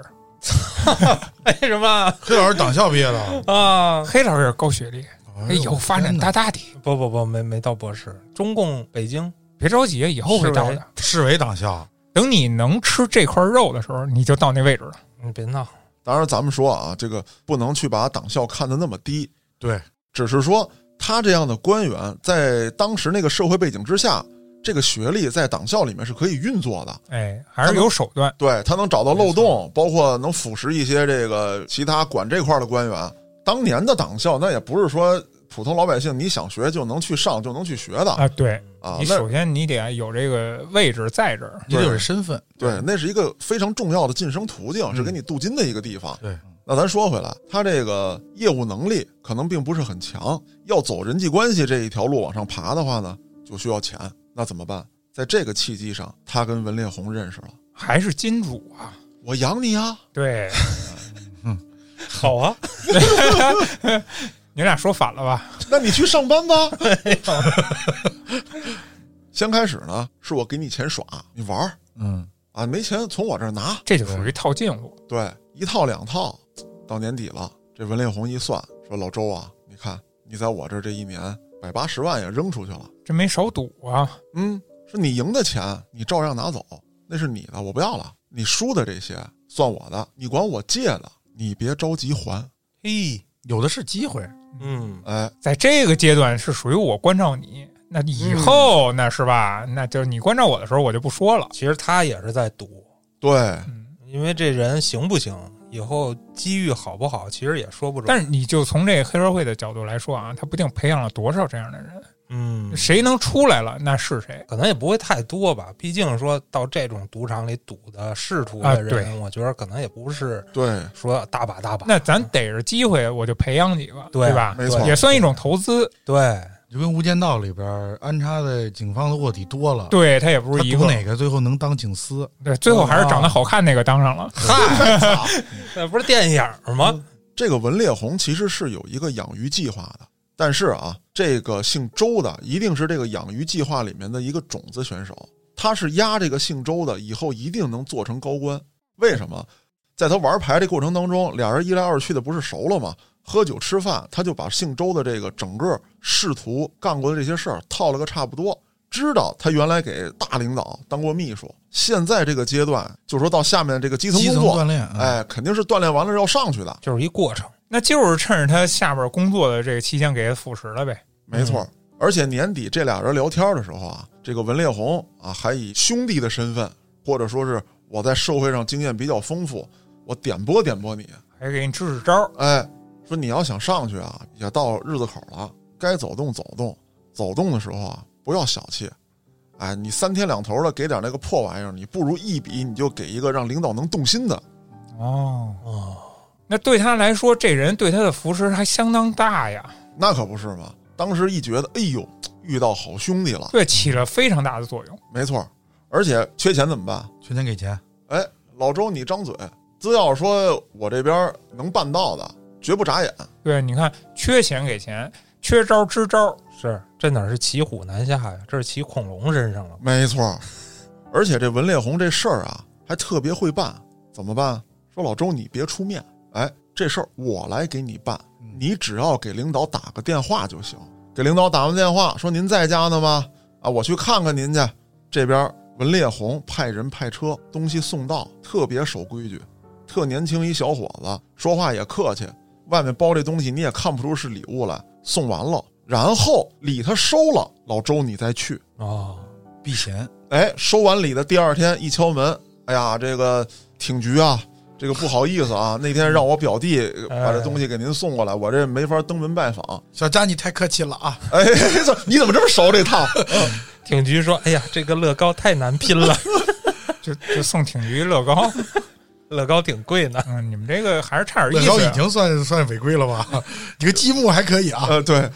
为 [laughs]
嗯
什么
黑老师党校毕业 [laughs] 的，
啊？
黑老师也是高学历，哎呦，发展大大的，
不不不，没没到博士，中共北京
别着急，以后会到
是
的
吧。
市委党校，
等你能吃这块肉的时候，你就到那位置了。
你嗯别闹，
当然，咱们说啊，这个不能去把党校看得那么低，
对，
只是说他这样的官员在当时那个社会背景之下，这个学历在党校里面是可以运作的，
哎，还是有手段。
对他能找到漏洞，包括能腐蚀一些这个其他管这块的官员。当年的党校那也不是说普通老百姓你想学就能去上就能去学的啊
啊，对你
那
首先你得有这个位置在这儿，
你得有这身份，
对，那是一个非常重要的晋升途径，是给你镀金的一个地方。
对，
那咱说回来，他这个业务能力可能并不是很强，要走人际关系这一条路往上爬的话呢，就需要钱。那怎么办？在这个契机上，他跟文烈红认识了。
还是金主啊？
我养你啊！
对，
好啊，
[laughs] 你俩说反了吧？
那你去上班吧。先开始呢，是我给你钱耍，你玩儿
嗯，
啊，没钱从我这儿拿。
这就属于套近乎。
对，一套两套，到年底了，这文烈红一算，说老周啊，你看你在我这儿这一年百八十万也扔出去了，
这没少赌啊，
嗯，是你赢的钱，你照样拿走，那是你的，我不要了。你输的这些算我的，你管我借的，你别着急还。
嘿，有的是机会，
嗯，
哎，
在这个阶段是属于我关照你，那以后、那是吧？那就是你关照我的时候，我就不说了。
其实他也是在赌，
对，
嗯，
因为这人行不行，以后机遇好不好，其实也说不准。
但
是，
是你就从这黑社会的角度来说啊，他不定培养了多少这样的人，
嗯，
谁能出来了那是谁。
可能也不会太多吧，毕竟说到这种赌场里赌的仕途
啊
的
对
人，我觉得可能也不是
对，
说大把大把。
那咱逮着机会，我就培养几个，
对
吧？
没错
也算一种投资，
对，
就跟《无间道》里边安插的警方的卧底多了，
对他也不
他
是一
赌
个。
哪个最后能当警司？
对，最后还是长得好看那个当上了。
嗨，那不是电影吗？
这个文烈红其实是有一个养鱼计划的，但是啊，这个姓周的一定是这个养鱼计划里面的一个种子选手，他是压这个姓周的，以后一定能做成高官。为什么？在他玩牌这过程当中，俩人一来二去的不是熟了吗？喝酒吃饭，他就把姓周的这个整个仕途干过的这些事儿套了个差不多，知道他原来给大领导当过秘书，现在这个阶段就说到下面这个基层
基
工
层锻
作，
炼，嗯，
哎，肯定是锻炼完了要上去的，
就是一过程。
那就是趁着他下边工作的这个期间给他腐蚀了呗。
没错。而且年底这俩人聊天的时候啊，这个文烈红啊还以兄弟的身份，或者说是我在社会上经验比较丰富，我点拨点拨你，
还给你支支招，
哎，说你要想上去啊，也到日子口了，该走动走动，哎走动的时候啊，不要小气。哎，你三天两头的给点那个破玩意儿，你不如一笔你就给一个让领导能动心的。
哦，
哦，
那对他来说，这人对他的扶持还相当大呀，
那可不是嘛。当时一觉得，哎呦，遇到好兄弟了，
对，起了非常大的作用。
没错儿。而且缺钱怎么办？
缺钱给钱，
哎，老周，你张嘴，只要说我这边能办到的，绝不眨眼。
对，你看，缺钱给钱，缺招支招，
嗯是这哪是骑虎难下呀？这是骑恐龙身上啊了。
没错儿，而且这文烈红这事儿啊，还特别会办。怎么办？说老周，你别出面，哎，这事儿我来给你办，你只要给领导打个电话就行。给领导打完电话，说您在家呢吗？啊，我去看看您去。这边文烈红派人派车，东西送到，特别守规矩，特年轻一小伙子，说话也客气。外面包这东西你也看不出是礼物来，送完了，然后礼他收了，老周你再去。
哦，
避嫌，
哎，收完礼的第二天一敲门，哎呀，这个挺局啊，这个不好意思啊， [laughs] 那天让我表弟把这东西给您送过来，我这没法登门拜访。
小佳你太客气了啊！
哎， [laughs] 这你怎么这么熟这套？ [laughs]
挺局说：“哎呀，这个乐高太难拼了，
就就送挺局乐高。
乐高挺贵呢。
嗯，你们这个还是差点
乐
意
高
思啊
已
呀。
经算算违规了 [laughs] 吧？你个积木还可以啊，
呃，对，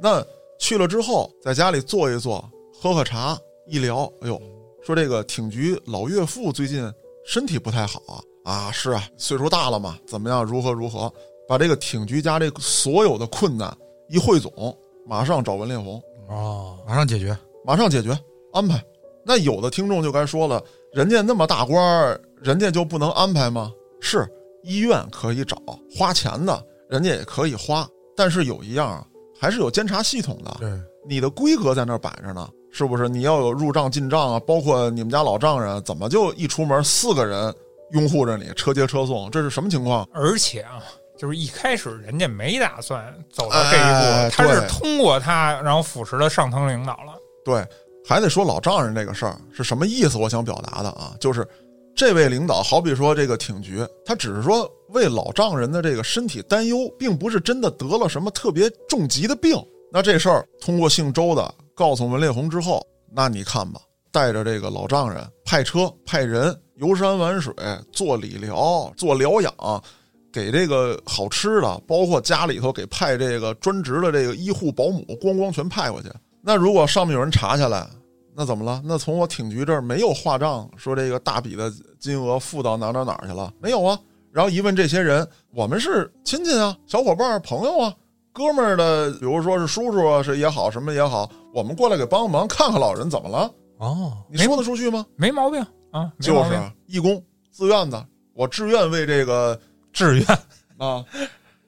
那去了之后，在家里坐一坐，喝喝茶，一聊，哎呦，说这个挺局老岳父最近身体不太好啊，啊，是啊，岁数大了嘛，怎么样，如何如何，把这个挺局家这所有的困难一汇总，马上找文烈红。”
[laughs] 哦，
马上解决。
马上解决安排。那有的听众就该说了，人家那么大官儿，人家就不能安排吗？是医院可以找花钱的，人家也可以花，但是有一样啊还是有监察系统的，
对，
你的规格在那儿摆着呢，是不是？你要有入账进账啊，包括你们家老丈人，怎么就一出门四个人拥护着你，车接车送，这是什么情况？
而且啊，就是一开始人家没打算走到这一步，
哎
他是
对
通过他然后腐蚀了上层领导了。
对，还得说老丈人这个事儿是什么意思？我想表达的啊，就是这位领导，好比说这个挺局，他只是说为老丈人的这个身体担忧，并不是真的得了什么特别重疾的病。那这事儿通过姓周的告诉文烈红之后，那你看吧，带着这个老丈人派车派人游山玩水，做理疗，做疗养。给这个好吃的，包括家里头给派这个专职的这个医护保姆，咣咣全派过去。那如果上面有人查下来，那怎么了？那从我挺局这儿没有划账，说这个大笔的金额付到哪儿哪儿哪儿去了？没有啊。然后一问这些人，我们是亲戚啊，小伙伴儿、朋友啊，哥们儿的，比如说是叔叔啊，是也好，什么也好，我们过来给帮个忙，看看老人怎么了？
哦，
你说得出去吗？
没毛病啊，没
就
毛
是
病。
啊义工自愿的，我志愿为这个
志愿，
啊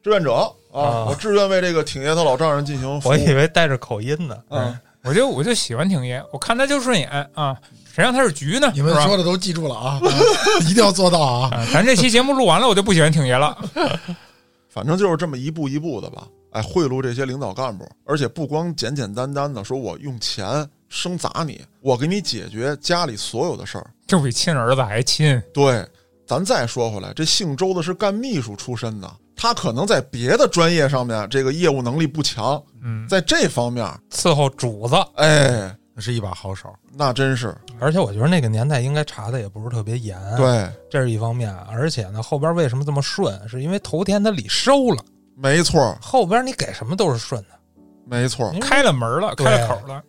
志愿者啊
啊，哎
我志愿为这个挺爷他老丈人进行服务
我。以为带着口音呢。
嗯，
我就我就喜欢挺爷，我看他就顺眼啊，谁让他是局呢？
你们
是吧
说的都记住了啊， [laughs] 一定要做到啊！
啊，咱这期节目录完了，我就不喜欢挺爷了。 [laughs]
反正就是这么一步一步的吧，哎，贿赂这些领导干部，而且不光简简单单的说我用钱生砸你，我给你解决家里所有的事儿。
就比亲儿子还亲。
对，咱再说回来，这姓周的是干秘书出身的，他可能在别的专业上面这个业务能力不强，
嗯，
在这方面，
伺候主子，
哎，
那是一把好手，
那真是
而且我觉得那个年代应该查的也不是特别严，，
对，
这是一方面。啊而且呢，后边为什么这么顺，是因为头天他礼收了，
没错儿，
后边你给什么都是顺的。
没错儿，
开了门了，
对
开了口了。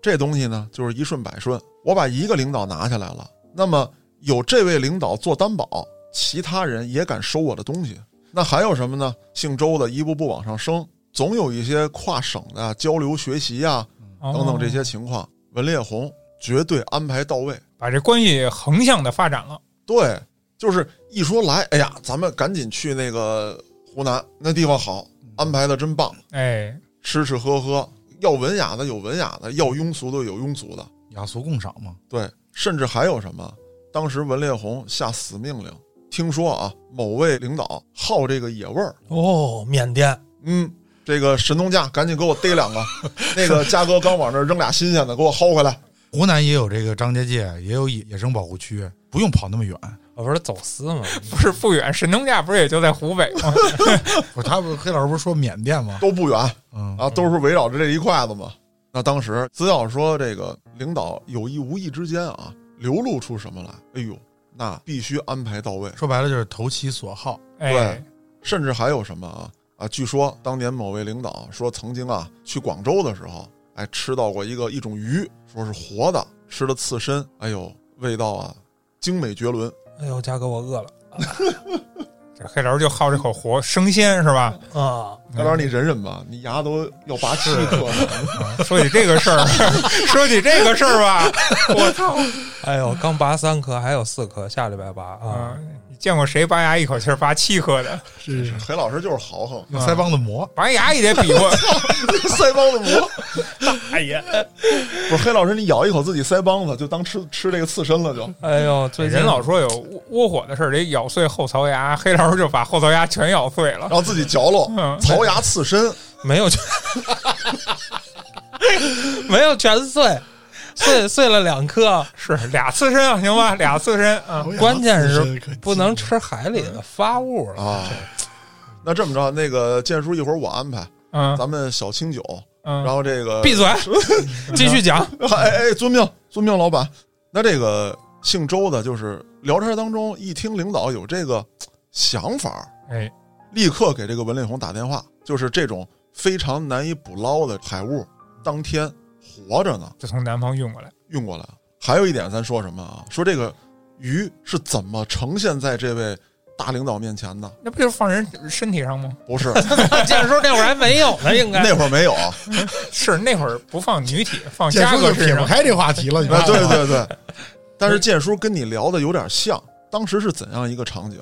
这东西呢，就是一顺百顺。我把一个领导拿下来了，那么有这位领导做担保，其他人也敢收我的东西。那还有什么呢？姓周的一步步往上升，总有一些跨省的啊交流学习呀、
哦
等等这，些情况。文烈红绝对安排到位。
把这关系横向的发展了。
对，就是一说来，哎呀，咱们赶紧去那个湖南，那地方好，安排的真棒，
哎，
吃吃喝喝，要文雅的有文雅的，要庸俗的有庸俗的。
雅俗共赏嘛。
对，甚至还有什么？当时文烈红下死命令，听说啊，某位领导好这个野味儿，
哦，缅甸
嗯，这个神农架赶紧给我逮两个， [laughs] 那个嘉哥刚往这儿扔俩新鲜的，给我薅回来。
湖南也有这个张家界，也有野野生保护区，不用跑那么远。
我不是走私嘛，
不是不远，神农架不是也就在湖北
[laughs]
吗？
不是他不黑老师不是说缅甸吗？
都不远
[laughs] 嗯，
啊，都是围绕着这一筷子嘛。那当时资料说，这个领导有意无意之间啊，流露出什么来？哎呦，那必须安排到位。
说白了就是投其所好。
哎
对，甚至还有什么啊啊？据说当年某位领导说，曾经啊去广州的时候，哎，吃到过一个一种鱼，说是活的，吃的刺身，哎呦，味道啊精美绝伦。
哎呦，嘉哥，我饿了
这黑老师就好这口活生鲜是吧？ [laughs]
啊！
要不然你忍忍吧，你牙都要拔七颗了。
说起这个事儿， [laughs] 说起这个事儿吧， [laughs] 我操！
哎呦，刚拔三颗，还有四颗，下礼拜拔啊！
嗯，你见过谁拔牙一口气儿拔七颗的？
是是，
裴老师就是豪横， [laughs]
用腮帮子磨。
拔牙也得比划。
腮帮子磨。
[laughs] 哎呀，
不是黑老师，你咬一口自己腮帮子，就当吃吃这个刺身了就。
哎呦，最近
人老说有窝窝火的事儿，得咬碎后槽牙，黑老师就把后槽牙全咬碎了
然。后自己嚼喽
嗯，
槽牙刺身，
没有全， [laughs] 没有全碎，碎碎了两颗。
是俩刺身啊，行吧，俩刺身啊。
关键是不能吃海里的发物了。
啊。那这么着，那个建叔一会儿我安排，
嗯
咱们小清酒，
嗯，
然后这个
[laughs] 闭嘴，继续讲。
哎哎，遵命，遵命，老板。那这个姓周的，就是聊天当中一听领导有这个嘖想法，
哎，
立刻给这个文丽红打电话，就是这种非常难以捕捞的海物，当天活着呢
就从南方运过来。
运过来。还有一点，咱说什么啊？说这个鱼是怎么呈现在这位大领导面前的？
那不就是放人身体上吗？
不是
建叔那会儿还没有呢，应该
那会儿没有啊，
是那会儿不放女体，放
建
嘉
叔就
哥身
撇不
上。
开这话题
[laughs]
了，你知
哎
道吗？
对对
[laughs]
对。但是建叔跟你聊的有点像，当时是怎样一个场景？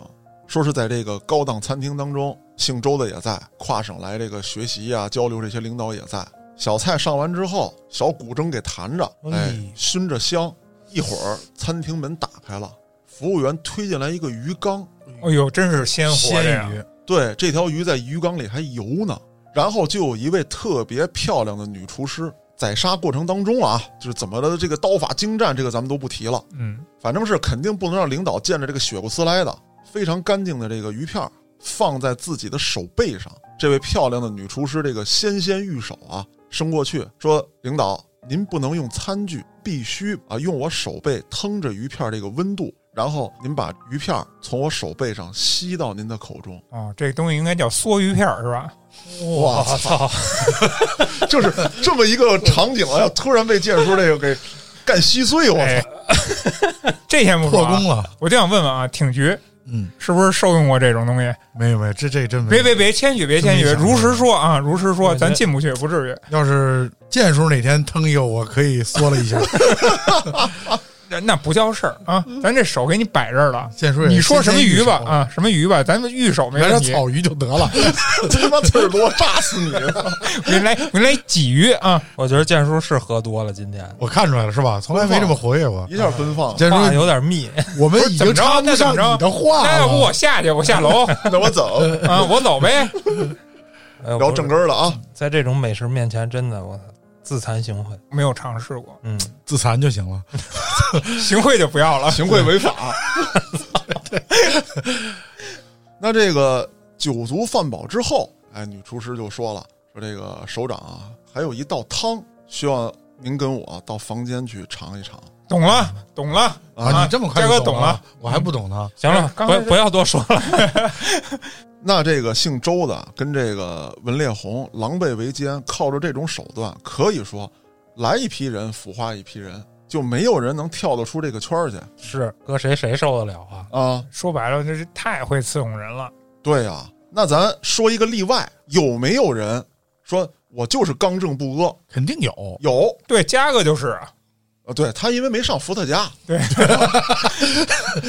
说是在这个高档餐厅当中，姓周的也在，跨省来这个学习呀、交流，这些领导也在。小菜上完之后，小古筝给弹着，哎
哎，
熏着香。一会儿，餐厅门打开了，服务员推进来一个鱼缸，
哎呦，真是鲜活这
鲜
样
鱼，
对，这条鱼在鱼缸里还游呢。然后就有一位特别漂亮的女厨师，宰杀过程当中啊，就是怎么的这个刀法精湛，这个咱们都不提了。
嗯，
反正是肯定不能让领导见着这个血不丝来的非常干净的这个鱼片儿放在自己的手背上。这位漂亮的女厨师，这个纤纤玉手啊，伸过去说：“领导，您不能用餐具，必须啊用我手背腾着鱼片儿这个温度，然后您把鱼片儿从我手背上吸到您的口中。
哦，这东西应该叫梭鱼片儿是吧？
我操！”
[laughs] 就是这么一个场景啊，突然被建叔这个给干稀碎，我
哎
操！，
这先不说
[laughs] 破
啊
功，了。
我就想问问啊，挺局
嗯，
是不是受用过这种东西？
没有没有，这这真没
别
有。
别别，谦虚别
真
谦
没
虚，
想过
如实说啊，如实
我
说，
觉得
咱进不去，不至于。
要是建叔哪天腾一个，我可以缩了一下。
那那不叫事儿啊，咱这手给你摆这儿了。
建叔也是
你说什么
先先预
鱼吧
手
啊，什么鱼吧，咱们御手没
来
问
点
题。 [laughs]
草鱼就得了。 [laughs]
他妈刺儿多，炸死你！啊
我给你来，我给你来鲫鱼啊，
[laughs] 我觉得建叔是喝多了，今天
我看出来了是吧？从来没这么活跃
[laughs]
过。
[laughs] 一下奔放了，
建
话
叔，
有点
[laughs]
密。
我们已经插不上你的话
那
了。
要不哎我下去，我下楼
那我
[laughs]
走，
啊，我走呗。
哎呦
聊正，根儿了啊。
我在这种美食面前，真的我操自惭形秽。
没有尝试过，
[laughs] 嗯，
自残就行了。
行贿就不要了。
行贿违法。那这个酒足饭饱之后，哎，女厨师就说了，说这个首长啊，还有一道汤需要您跟我到房间去尝一尝。
[laughs] 懂了，懂了
啊，你这么快就
嘉哥
懂
懂了，
我还不懂呢。
行了，
刚才
不不要多说了。
那这个姓周的啊跟这个文烈红狼狈为奸，靠着这种手段，可以说来一批人腐化一批人，就没有人能跳得出这个圈儿去
是搁谁谁受得了啊？
啊！
说白了，这是太会伺候人了。
对呀、那咱说一个例外，有没有人说我就是刚正不阿？
肯定有，
有，
对，嘉哥就是啊，
啊，对他因为没上伏特加，
对，
[laughs]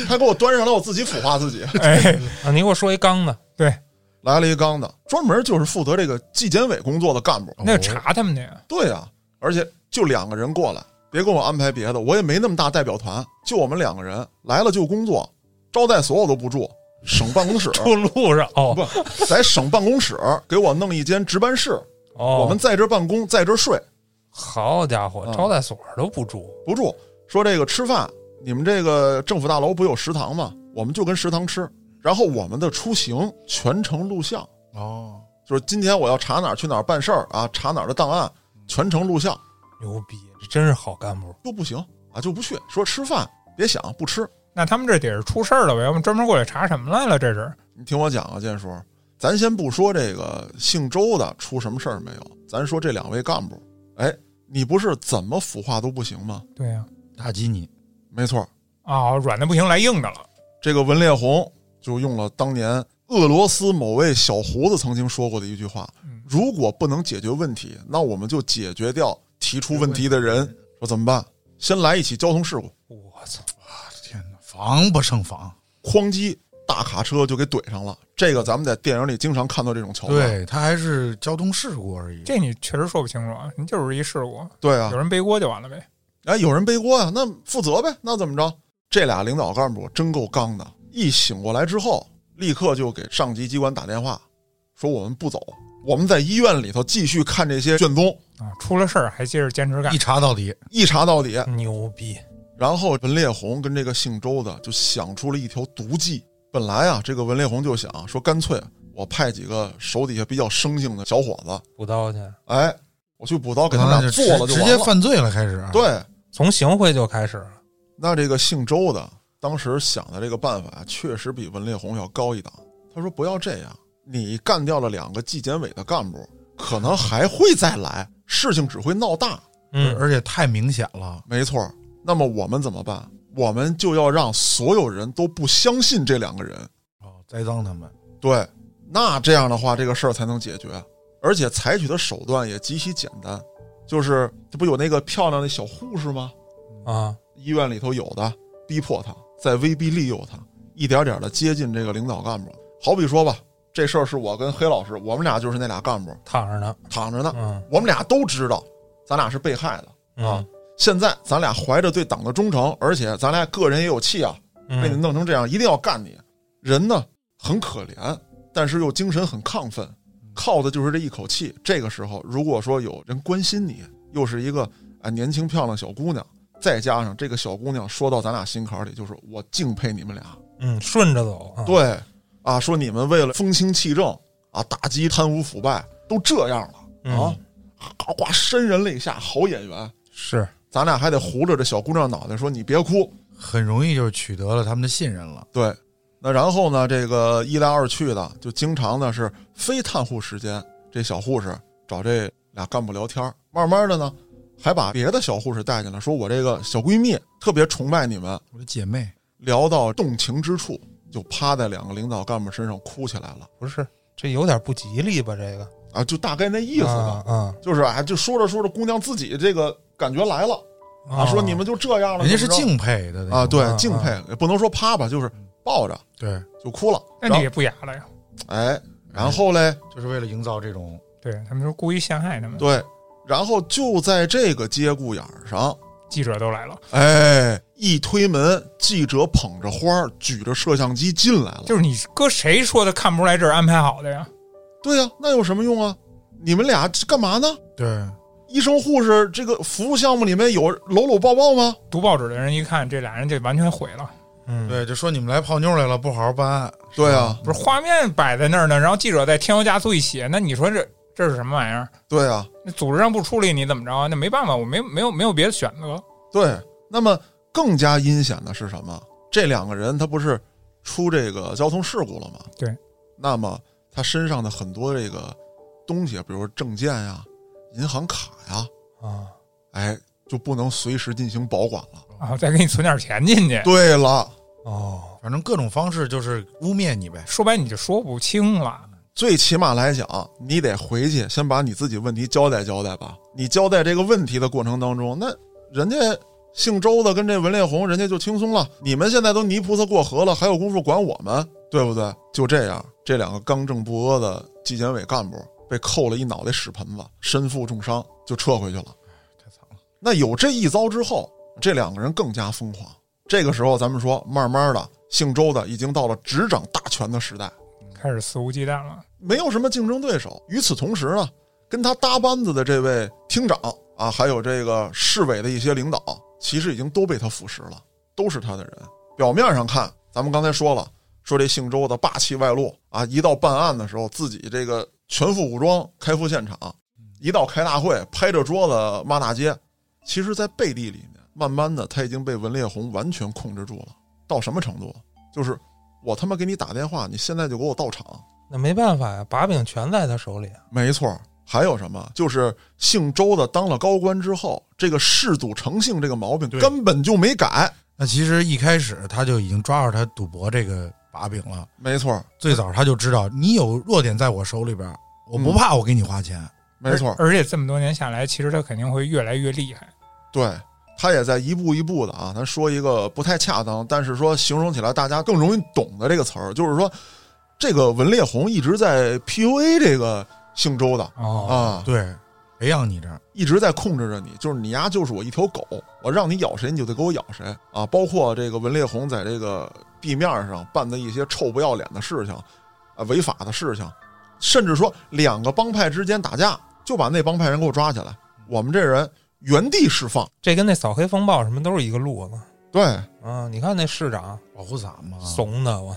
他给我端上来，我自己腐化自己。
哎，
啊，你给我说一刚的，
对，
来了一缸的，专门就是负责这个纪检委工作的干部。啊
那就查他们去。
对啊，而且就两个人过来，别给我安排别的，我也没那么大代表团，就我们两个人来了就工作，招待所我都不住，省办公室
不路上哦
不在省办公室给我弄一间值班室，
哦，
我们在这儿办公，在这儿睡，
好家伙，
嗯
招待所都不住，
不住。说这个吃饭，你们这个政府大楼不有食堂吗？我们就跟食堂吃。然后我们的出行全程录像，
哦，
就是今天我要查哪儿去哪儿办事儿啊，查哪儿的档案，全程录像
牛逼，这真是好干部。
又不行啊，就不去。说吃饭别想不吃，
那他们这得是出事儿了呗？要么专门过来查什么来了？这是
你听我讲啊，建叔，咱先不说这个姓周的出什么事儿没有，咱说这两位干部，哎，你不是怎么腐化都不行吗？
对啊呀、
打击你，
没错，
啊，软的不行，来硬的了。
这个文烈红就用了当年俄罗斯某位小胡子曾经说过的一句话
嗯：
如果不能解决问题，那我们就解决掉提出问题的人。说怎么办？先来一起交通事故，
我操，
啊天哪，防不胜防。
哐叽，大卡车就给怼上了。这个咱们在电影里经常看到这种桥段。
对他还是交通事故而已。
这你确实说不清楚啊，你就是一事故，
对啊
有，人背锅就完了呗。
哎，有人背锅啊，那负责呗，那怎么着？这俩领导干部真够刚的，一醒过来之后，立刻就给上级机关打电话，说我们不走，我们在医院里头继续看这些卷宗，
啊，出了事儿还接着坚持干
一，查到底，
一查到底。
嗯
牛逼！
然后文烈红跟这个姓周的就想出了一条毒计。本来啊，这个文烈红就想说，干脆我派几个手底下比较生性的小伙子，
补刀去，
哎，我去补刀给他
那
们俩
啊就
做
直
了就
直
完
接
了。
犯罪了，开始。，啊
对，
从行贿就开始了。
那这个姓周的当时想的这个办法，确实比文烈红要高一档。他说：“不要这样，你干掉了两个纪检委的干部，可能还会再来，事情只会闹大。
嗯，
而且太明显了”，
没错儿。那么我们怎么办？我们就要让所有人都不相信这两个人。
哦，栽赃他们。
对，那这样的话，这个事儿才能解决，而且采取的手段也极其简单，就是这不有那个漂亮的小护士吗？
啊，
医院里头有的，逼迫他，在威逼利诱他，一点点的接近这个领导干部。好比说吧，这事儿是我跟黑老师，我们俩就是那俩干部，
躺着呢。
躺着呢，
嗯
我们俩都知道，咱俩是被害的啊
嗯。
现在咱俩怀着对党的忠诚，而且咱俩个人也有气啊，被你
嗯，
弄成这样，一定要干你。人呢很可怜，但是又精神很亢奋，靠的就是这一口气。这个时候，如果说有人关心你，又是一个啊年轻漂亮小姑娘，再加上这个小姑娘说到咱俩心坎里，就是我敬佩你们俩。
嗯，顺着走。啊，
对啊，说你们为了风清气正啊，打击贪污腐败，都这样
嗯
了啊，呱呱潸然泪下，好演员。
是
咱俩还得糊着这小姑娘脑袋说你别哭，
很容易就取得了他们的信任了。
对，那然后呢，这个一来二去的，就经常呢是非探护时间，这小护士找这俩干部聊天儿，慢慢的呢，还把别的小护士带进来，说我这个小闺蜜特别崇拜你们。
我的姐妹，
聊到动情之处，就趴在两个领导干部身上哭起来了
不是？这有点不吉利吧？这个
啊，就大概那意思吧，
啊啊
就是啊，就说着说着，姑娘自己这个感觉来了啊，
啊
说你们就这样了，
人家是
怎么着
敬佩的那
啊，
种
对，敬佩，也不能说趴吧，就是抱着
对，
就哭了，
那
然
你
后
也不雅了呀。
哎，然后嘞。
就是为了营造这种
对他们说故意陷害他们，
对，然后就在这个节骨眼儿上，
记者都来了，
哎，一推门，记者捧着花儿，举着摄像机进来了。
就是你搁谁说他看不出来这是安排好的呀？
对呀、那有什么用啊？你们俩干嘛呢？
对
医生护士这个服务项目里面有搂搂抱抱吗？
读报纸的人一看，这俩人就完全毁了。
嗯，
对，就说你们来泡妞来了，不好好办案。
对啊，
不是画面摆在那儿呢，然后记者再添油加醋一写，那你说这这是什么玩意儿？
对啊，
那组织上不处理你怎么着啊？那没办法，我没没有没有别的选择。
对。那么更加阴险的是什么？这两个人他不是出这个交通事故了吗？
对。
那么他身上的很多这个东西，比如证件呀、银行卡呀，
啊，
哎，就不能随时进行保管了。
啊，再给你存点钱进去。
对了，
哦，
反正各种方式就是污蔑你呗。
说白你就说不清了，
最起码来讲，你得回去先把你自己问题交代交代吧。你交代这个问题的过程当中，那人家姓周的跟这文烈红，人家就轻松了。你们现在都泥菩萨过河了，还有功夫管我们，对不对？就这样，这两个刚正不阿的纪检委干部被扣了一脑袋屎盆子，身负重伤就撤回去了。
太惨了，
那有这一遭之后，这两个人更加疯狂。这个时候，咱们说，慢慢的，姓周的已经到了执掌大权的时代，
开始肆无忌惮了。
没有什么竞争对手。与此同时呢，跟他搭班子的这位厅长啊，还有这个市委的一些领导，其实已经都被他腐蚀了，都是他的人。表面上看，咱们刚才说了，说这姓周的霸气外露啊，一到办案的时候，自己这个全副武装开赴现场，一到开大会拍着桌子骂大街。其实，在背地里面，慢慢的他已经被文烈红完全控制住了。到什么程度？就是我他妈给你打电话，你现在就给我到场。
那没办法呀，把柄全在他手里。
没错儿，还有什么？就是姓周的当了高官之后，这个嗜赌成性这个毛病
对
根本就没改。
那其实一开始他就已经抓住他赌博这个把柄了。
没错儿，
最早他就知道你有弱点在我手里边儿，我不怕我给你花钱。
没错儿，
而而且这么多年下来，其实他肯定会越来越厉害。
对他也在一步一步的啊。咱说一个不太恰当，但是说形容起来大家更容易懂的这个词儿，就是说这个文烈红一直在 PUA 这个姓周的
哦，
啊，
对，培养你这儿，
一直在控制着你，就是你呀，就是我一条狗，我让你咬谁，你就得给我咬谁啊！包括这个文烈红在这个地面上办的一些臭不要脸的事情，啊，违法的事情，甚至说两个帮派之间打架，就把那帮派人给我抓起来，我们这人原地释放。
这跟那扫黑风暴什么都是一个路子
对，
啊！你看那市长
保护伞嘛。
怂的我，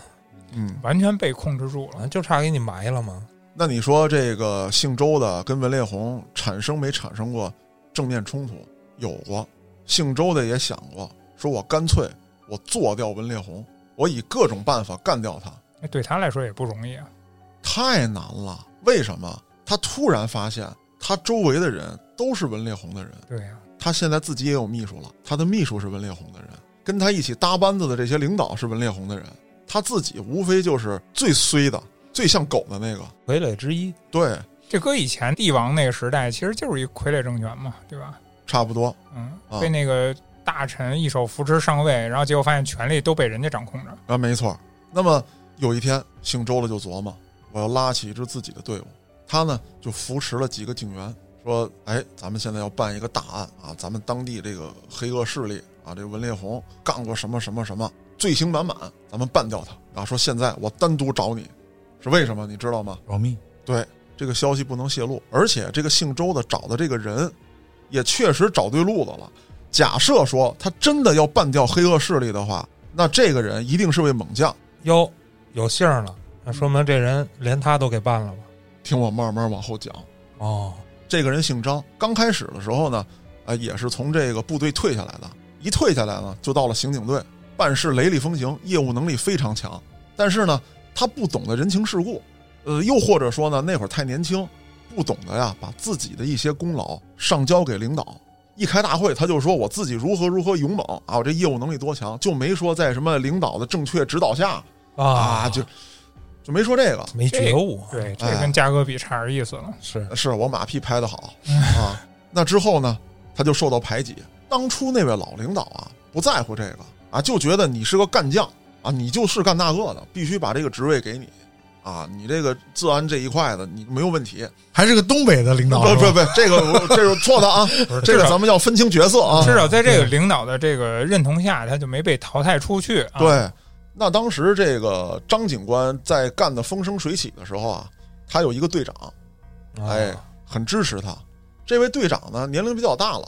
嗯，
完全被控制住了。
啊就差给你埋了嘛。
那你说这个姓周的跟文烈红产生没产生过正面冲突？有过，姓周的也想过，说我干脆我做掉文烈红，我以各种办法干掉他。
那哎对他来说也不容易啊。
太难了。为什么？他突然发现，他周围的人都是文烈红的人。
对啊呀、
他现在自己也有秘书了，他的秘书是文烈红的人，跟他一起搭班子的这些领导是文烈红的人，他自己无非就是最衰的、最像狗的那个。
傀儡之一，
对，
这搁以前帝王那个时代，其实就是一傀儡政权嘛，对吧？
差不多。
嗯
啊，
被那个大臣一手扶持上位，然后结果发现权力都被人家掌控着。
啊，没错。那么有一天，姓周的就琢磨，我要拉起一支自己的队伍。他呢就扶持了几个警员，说：“哎，咱们现在要办一个大案啊，咱们当地这个黑恶势力啊，这文烈红干过什么什么什么，罪行满满，咱们办掉他。”啊，说现在我单独找你，是为什么？你知道吗？
保密，
对，这个消息不能泄露，而且这个姓周的找的这个人，也确实找对路子了。假设说他真的要办掉黑恶势力的话，那这个人一定是位猛将。
哟，有姓儿了，那说
嗯
明这人连他都给办了吧？
听我慢慢往后讲。
哦，
这个人姓张，刚开始的时候呢，啊，也是从这个部队退下来的。一退下来呢，就到了刑警队，办事雷厉风行，业务能力非常强。但是呢，他不懂得人情世故，呃，又或者说呢，那会儿太年轻，不懂得呀，把自己的一些功劳上交给领导。一开大会，他就说我自己如何如何勇猛啊，我这业务能力多强，就没说在什么领导的正确指导下啊，就就没说这个。
没觉悟，
对，这
哎
跟嘉哥比差点意思了。
是
是我马屁拍得好啊。那之后呢，他就受到排挤。当初那位老领导啊，不在乎这个啊，就觉得你是个干将啊，你就是干那个的，必须把这个职位给你啊，你这个治安这一块的你没有问题。
还是个东北的领
不
导。是吧
不不，这个我这是错的啊，这个咱们要分清角色啊。
至少在这个领导的这个认同下，他就没被淘汰出去、啊。，
对，那当时这个张警官在干得风生水起的时候啊，他有一个队长，
哦啊
哎，很支持他。这位队长呢，年龄比较大了，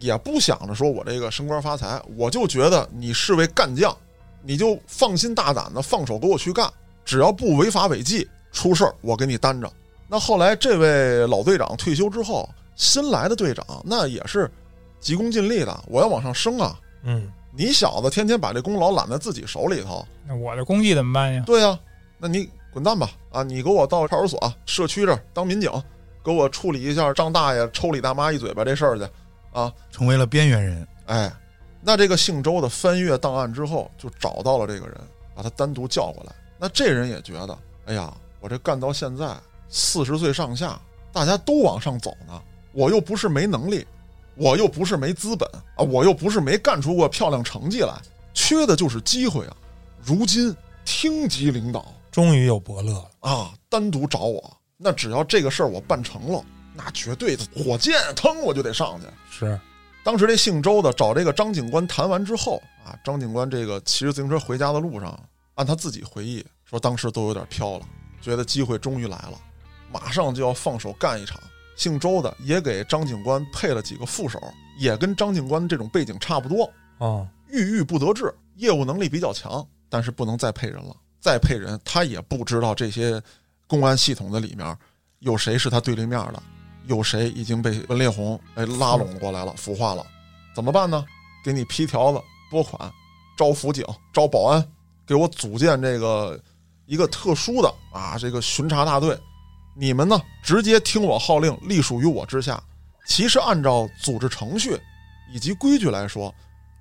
也不想着说我这个升官发财，我就觉得你是位干将，你就放心大胆的放手给我去干，只要不违法违纪，出事儿我给你担着。那后来这位老队长退休之后，新来的队长那也是急功近利的，我要往上升啊！
嗯，
你小子天天把这功劳揽在自己手里头，
那我的功绩怎么办呀？
对呀、那你滚蛋吧！啊，你给我到派出所、社区这儿当民警，给我处理一下张大爷抽李大妈一嘴巴这事儿去。啊，
成为了边缘人，
哎，那这个姓周的翻阅档案之后，就找到了这个人，把他单独叫过来。那这人也觉得，哎呀，我这干到现在四十岁上下，大家都往上走呢，我又不是没能力，我又不是没资本啊，我又不是没干出过漂亮成绩来，缺的就是机会啊。如今厅级领导
终于有伯乐了，
啊，单独找我，那只要这个事儿我办成了，那绝对的火箭腾我就得上去。
是
当时这姓周的找这个张警官谈完之后啊，张警官这个骑着自行车回家的路上，按他自己回忆说，当时都有点飘了，觉得机会终于来了，马上就要放手干一场。姓周的也给张警官配了几个副手，也跟张警官这种背景差不多，
哦，
郁郁不得志，业务能力比较强，但是不能再配人了。再配人，他也不知道这些公安系统的里面有谁是他对立面的，有谁已经被文烈红哎拉拢过来了、腐化了，怎么办呢？给你批条子、拨款，招辅警、招保安，给我组建这个一个特殊的啊这个巡查大队。你们呢，直接听我号令，隶属于我之下。其实按照组织程序以及规矩来说，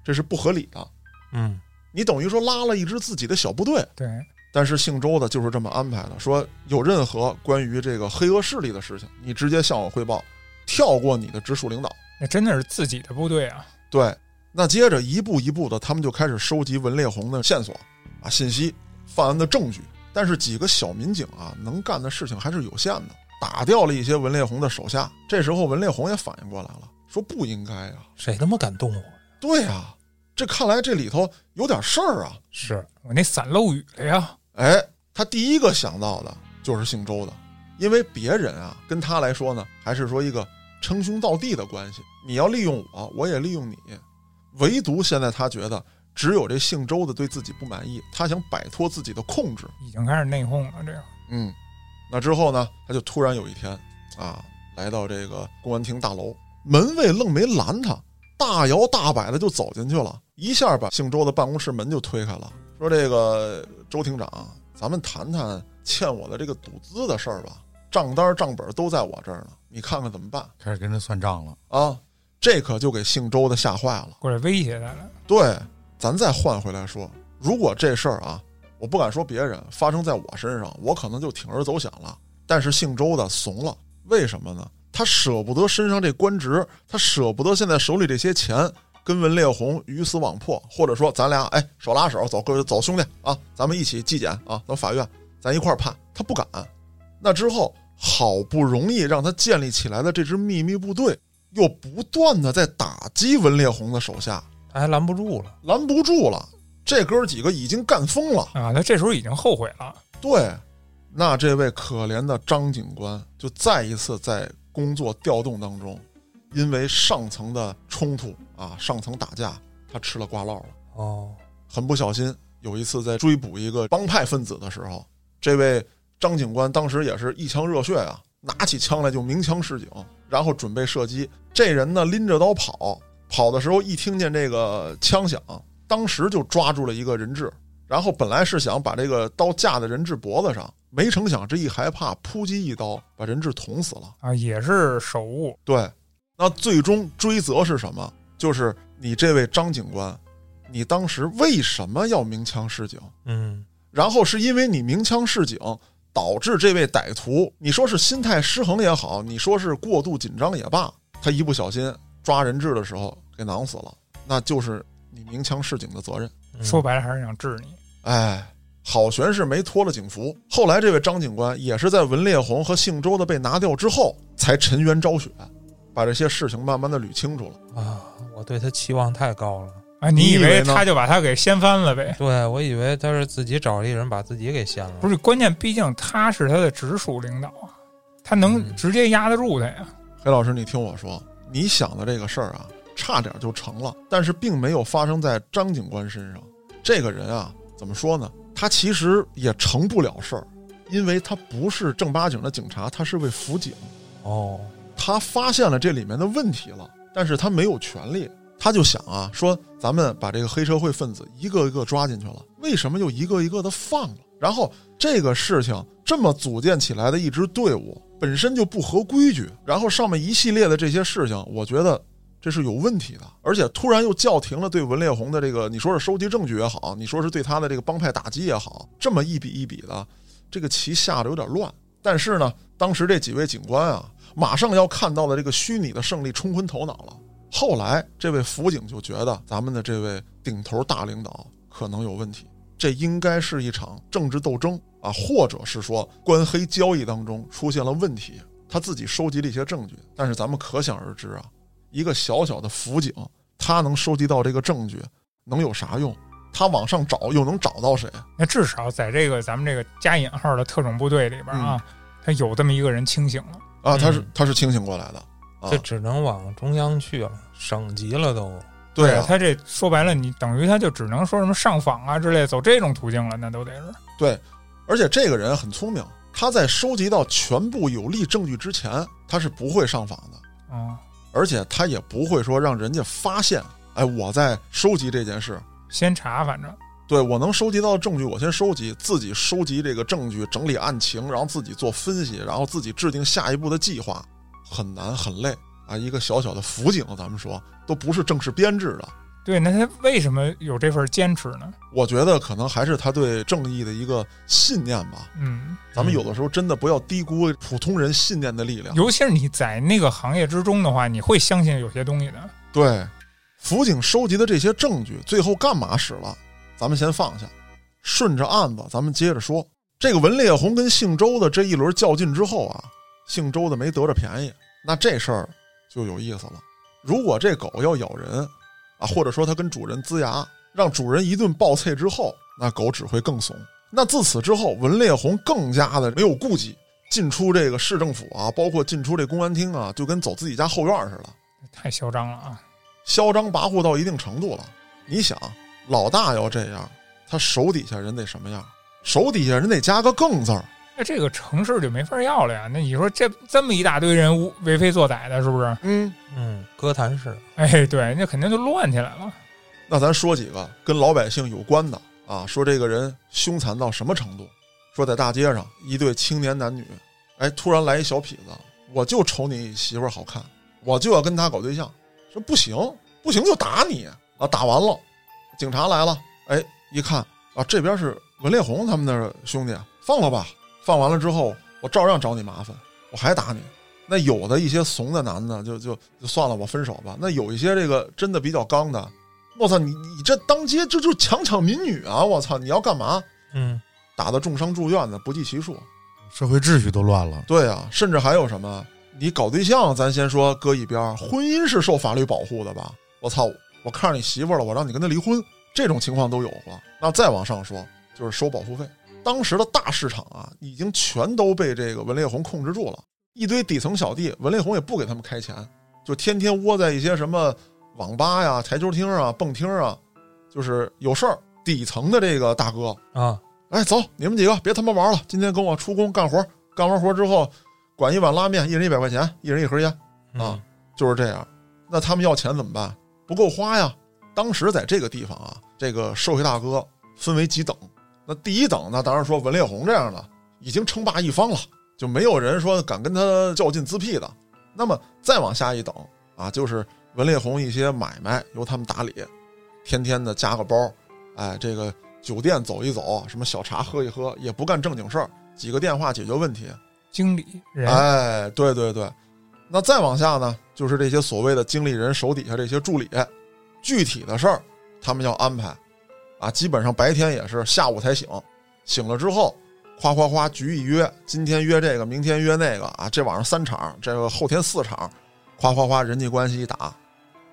这是不合理的。
嗯
你等于说拉了一支自己的小部队，
对，
但是姓周的就是这么安排的，说有任何关于这个黑恶势力的事情，你直接向我汇报，跳过你的直属领导。
那真的是自己的部队啊，
对，那接着一步一步的，他们就开始收集文烈红的线索啊、信息、犯案的证据。但是几个小民警啊，能干的事情还是有限的，打掉了一些文烈红的手下。这时候文烈红也反应过来了，说不应该呀、
谁他妈敢动我？
对呀、这看来这里头有点事儿啊。
是，
我那伞漏雨了呀，
哎，他第一个想到的就是姓周的，因为别人啊跟他来说呢，还是说一个称兄道弟的关系。你要利用我，我也利用你。唯独现在他觉得只有这姓周的对自己不满意，他想摆脱自己的控制。
已经开始内讧了，这个
嗯，那之后呢，他就突然有一天啊，来到这个公安厅大楼，门卫愣没拦他，大摇大摆的就走进去了，一下把姓周的办公室门就推开了，说：“这个周厅长，咱们谈谈欠我的这个赌资的事儿吧，账单账本都在我这儿呢，你看看怎么办
开始跟人算账了。
啊？”这可就给姓周的吓坏了。
过来威胁他了，
对，咱再换回来说，如果这事儿啊，我不敢说别人发生在我身上，我可能就铤而走险了。但是姓周的怂了，为什么呢？他舍不得身上这官职，他舍不得现在手里这些钱，跟文烈红鱼死网破，或者说咱俩哎手拉手走各位走兄弟啊，咱们一起纪检啊，到法院咱一块儿判，他不敢。那之后好不容易让他建立起来的这支秘密部队，又不断的在打击文烈红的手下，
他还拦不住了。
拦不住了，这哥几个已经干疯了。
啊，他这时候已经后悔了，
对，那这位可怜的张警官就再一次在工作调动当中，因为上层的冲突啊，上层打架，他吃了瓜落了。
哦，
很不小心，有一次在追捕一个帮派分子的时候，这位张警官当时也是一腔热血啊，拿起枪来就鸣枪示警，然后准备射击。这人呢拎着刀跑，跑的时候一听见这个枪响，当时就抓住了一个人质，然后本来是想把这个刀架在人质脖子上，没成想这一害怕，扑击一刀把人质捅死了。
啊，也是手误，
对，那最终追责是什么？就是你这位张警官，你当时为什么要鸣枪示警？
嗯，
然后是因为你鸣枪示警，导致这位歹徒，你说是心态失衡也好，你说是过度紧张也罢，他一不小心抓人质的时候给囊死了，那就是你鸣枪示警的责任。
嗯
说白了还是想治你，
哎，好悬是没脱了警服。后来这位张警官也是在文烈红和姓周的被拿掉之后，才沉冤昭雪，把这些事情慢慢的捋清楚了。
啊，我对他期望太高了。
啊，
你
你
以为
为
呢
他就把他给掀翻了呗？
对我以为他是自己找了一人把自己给掀了。
不是，关键毕竟他是他的直属领导啊，他能
嗯
直接压得住他呀，
黑哎老师，你听我说，你想的这个事儿啊，差点就成了，但是并没有发生在张警官身上。这个人啊，怎么说呢？他其实也成不了事儿，因为他不是正八经的警察，他是位辅警。
哦，
他发现了这里面的问题了，但是他没有权利，他就想啊，说咱们把这个黑社会分子一个一个抓进去了，为什么又一个一个的放了？然后这个事情这么组建起来的一支队伍本身就不合规矩，然后上面一系列的这些事情，我觉得这是有问题的。而且突然又叫停了对文烈红的这个，你说是收集证据也好，你说是对他的这个帮派打击也好，这么一笔一笔的，这个棋下的有点乱。但是呢，当时这几位警官啊，马上要看到的这个虚拟的胜利冲昏头脑了。后来，这位辅警就觉得咱们的这位顶头大领导可能有问题，这应该是一场政治斗争啊，或者是说官黑交易当中出现了问题。他自己收集了一些证据，但是咱们可想而知啊，一个小小的辅警，他能收集到这个证据，能有啥用？他往上找又能找到谁？
那至少在这个咱们这个加引号的特种部队里边啊，
嗯
他有这么一个人清醒了。
啊，他是
嗯
他是清醒过来的啊
这，只能往中央去了，省级了都。
对啊，
他这说白了，你等于他就只能说什么上访啊之类，走这种途径了，那都得是
对，而且这个人很聪明，他在收集到全部有力证据之前，他是不会上访的，
啊，
而且他也不会说让人家发现，哎，我在收集这件事，
先查，反正
对我能收集到的证据，我先收集，自己收集这个证据，整理案情，然后自己做分析，然后自己制定下一步的计划，很难很累啊！一个小小的辅警，咱们说都不是正式编制的，
对，那他为什么有这份坚持呢？
我觉得可能还是他对正义的一个信念吧。
嗯，
咱们有的时候真的不要低估普通人信念的力量。
尤其是你在那个行业之中的话，你会相信有些东西的。
对，辅警收集的这些证据，最后干嘛使了？咱们先放下，顺着案子，咱们接着说。这个文烈红跟姓周的这一轮较劲之后啊，姓周的没得着便宜，那这事儿就有意思了。如果这狗要咬人啊，或者说它跟主人龇牙，让主人一顿暴啐之后，那狗只会更怂。那自此之后，文烈红更加的没有顾忌，进出这个市政府啊，包括进出这公安厅啊，就跟走自己家后院似的。
太嚣张了啊！
嚣张跋扈到一定程度了。你想，老大要这样，他手底下人得什么样？手底下人得加个“更”字儿。
那这个城市就没法要了呀。那你说这这么一大堆人无为非作歹的，是不是？
嗯，
嗯，哥谭市，
哎，对，那肯定就乱起来了。
那咱说几个跟老百姓有关的啊，说这个人凶残到什么程度？说在大街上，一对青年男女，哎，突然来一小痞子，我就瞅你媳妇儿好看，我就要跟她搞对象。说不行，不行就打你啊！打完了，警察来了，哎，一看啊，这边是文烈红他们的兄弟，啊放了吧。放完了之后，我照样找你麻烦，我还打你。那有的一些怂的男的，就就就算了，我分手吧。那有一些这个真的比较刚的，我操，你你这当街这就强抢民女啊！我操，你要干嘛？
嗯，
打的重伤住院的不计其数。
社会秩序都乱了。
对啊，甚至还有什么？你搞对象，咱先说搁一边儿，婚姻是受法律保护的吧？我操，我看上你媳妇儿了，我让你跟她离婚，这种情况都有了。那再往上说，就是收保护费。当时的大市场啊，已经全都被这个文烈红控制住了，一堆底层小弟，文烈红也不给他们开钱，就天天窝在一些什么网吧呀、台球厅啊、蹦厅啊，就是有事儿，底层的这个大哥
啊，
哎，走，你们几个别他妈玩了，今天跟我出工干活，干完活之后，管一碗拉面，一人一百块钱，一人一盒烟，啊
嗯，
就是这样。那他们要钱怎么办？不够花呀。当时在这个地方啊，这个社会大哥分为几等。那第一等，那当然说文烈红这样的已经称霸一方了，就没有人说敢跟他较劲自辟的。那么再往下一等啊，就是文烈红一些买卖由他们打理，天天的加个包，哎，这个酒店走一走，什么小茶喝一喝，也不干正经事儿，几个电话解决问题。
经理人，
哎，对对对，那再往下呢，就是这些所谓的经理人手底下这些助理，具体的事儿他们要安排，啊，基本上白天也是下午才醒，醒了之后，夸夸夸局一约，今天约这个，明天约那个啊，这晚上三场，这个后天四场，夸夸夸人际关系一打，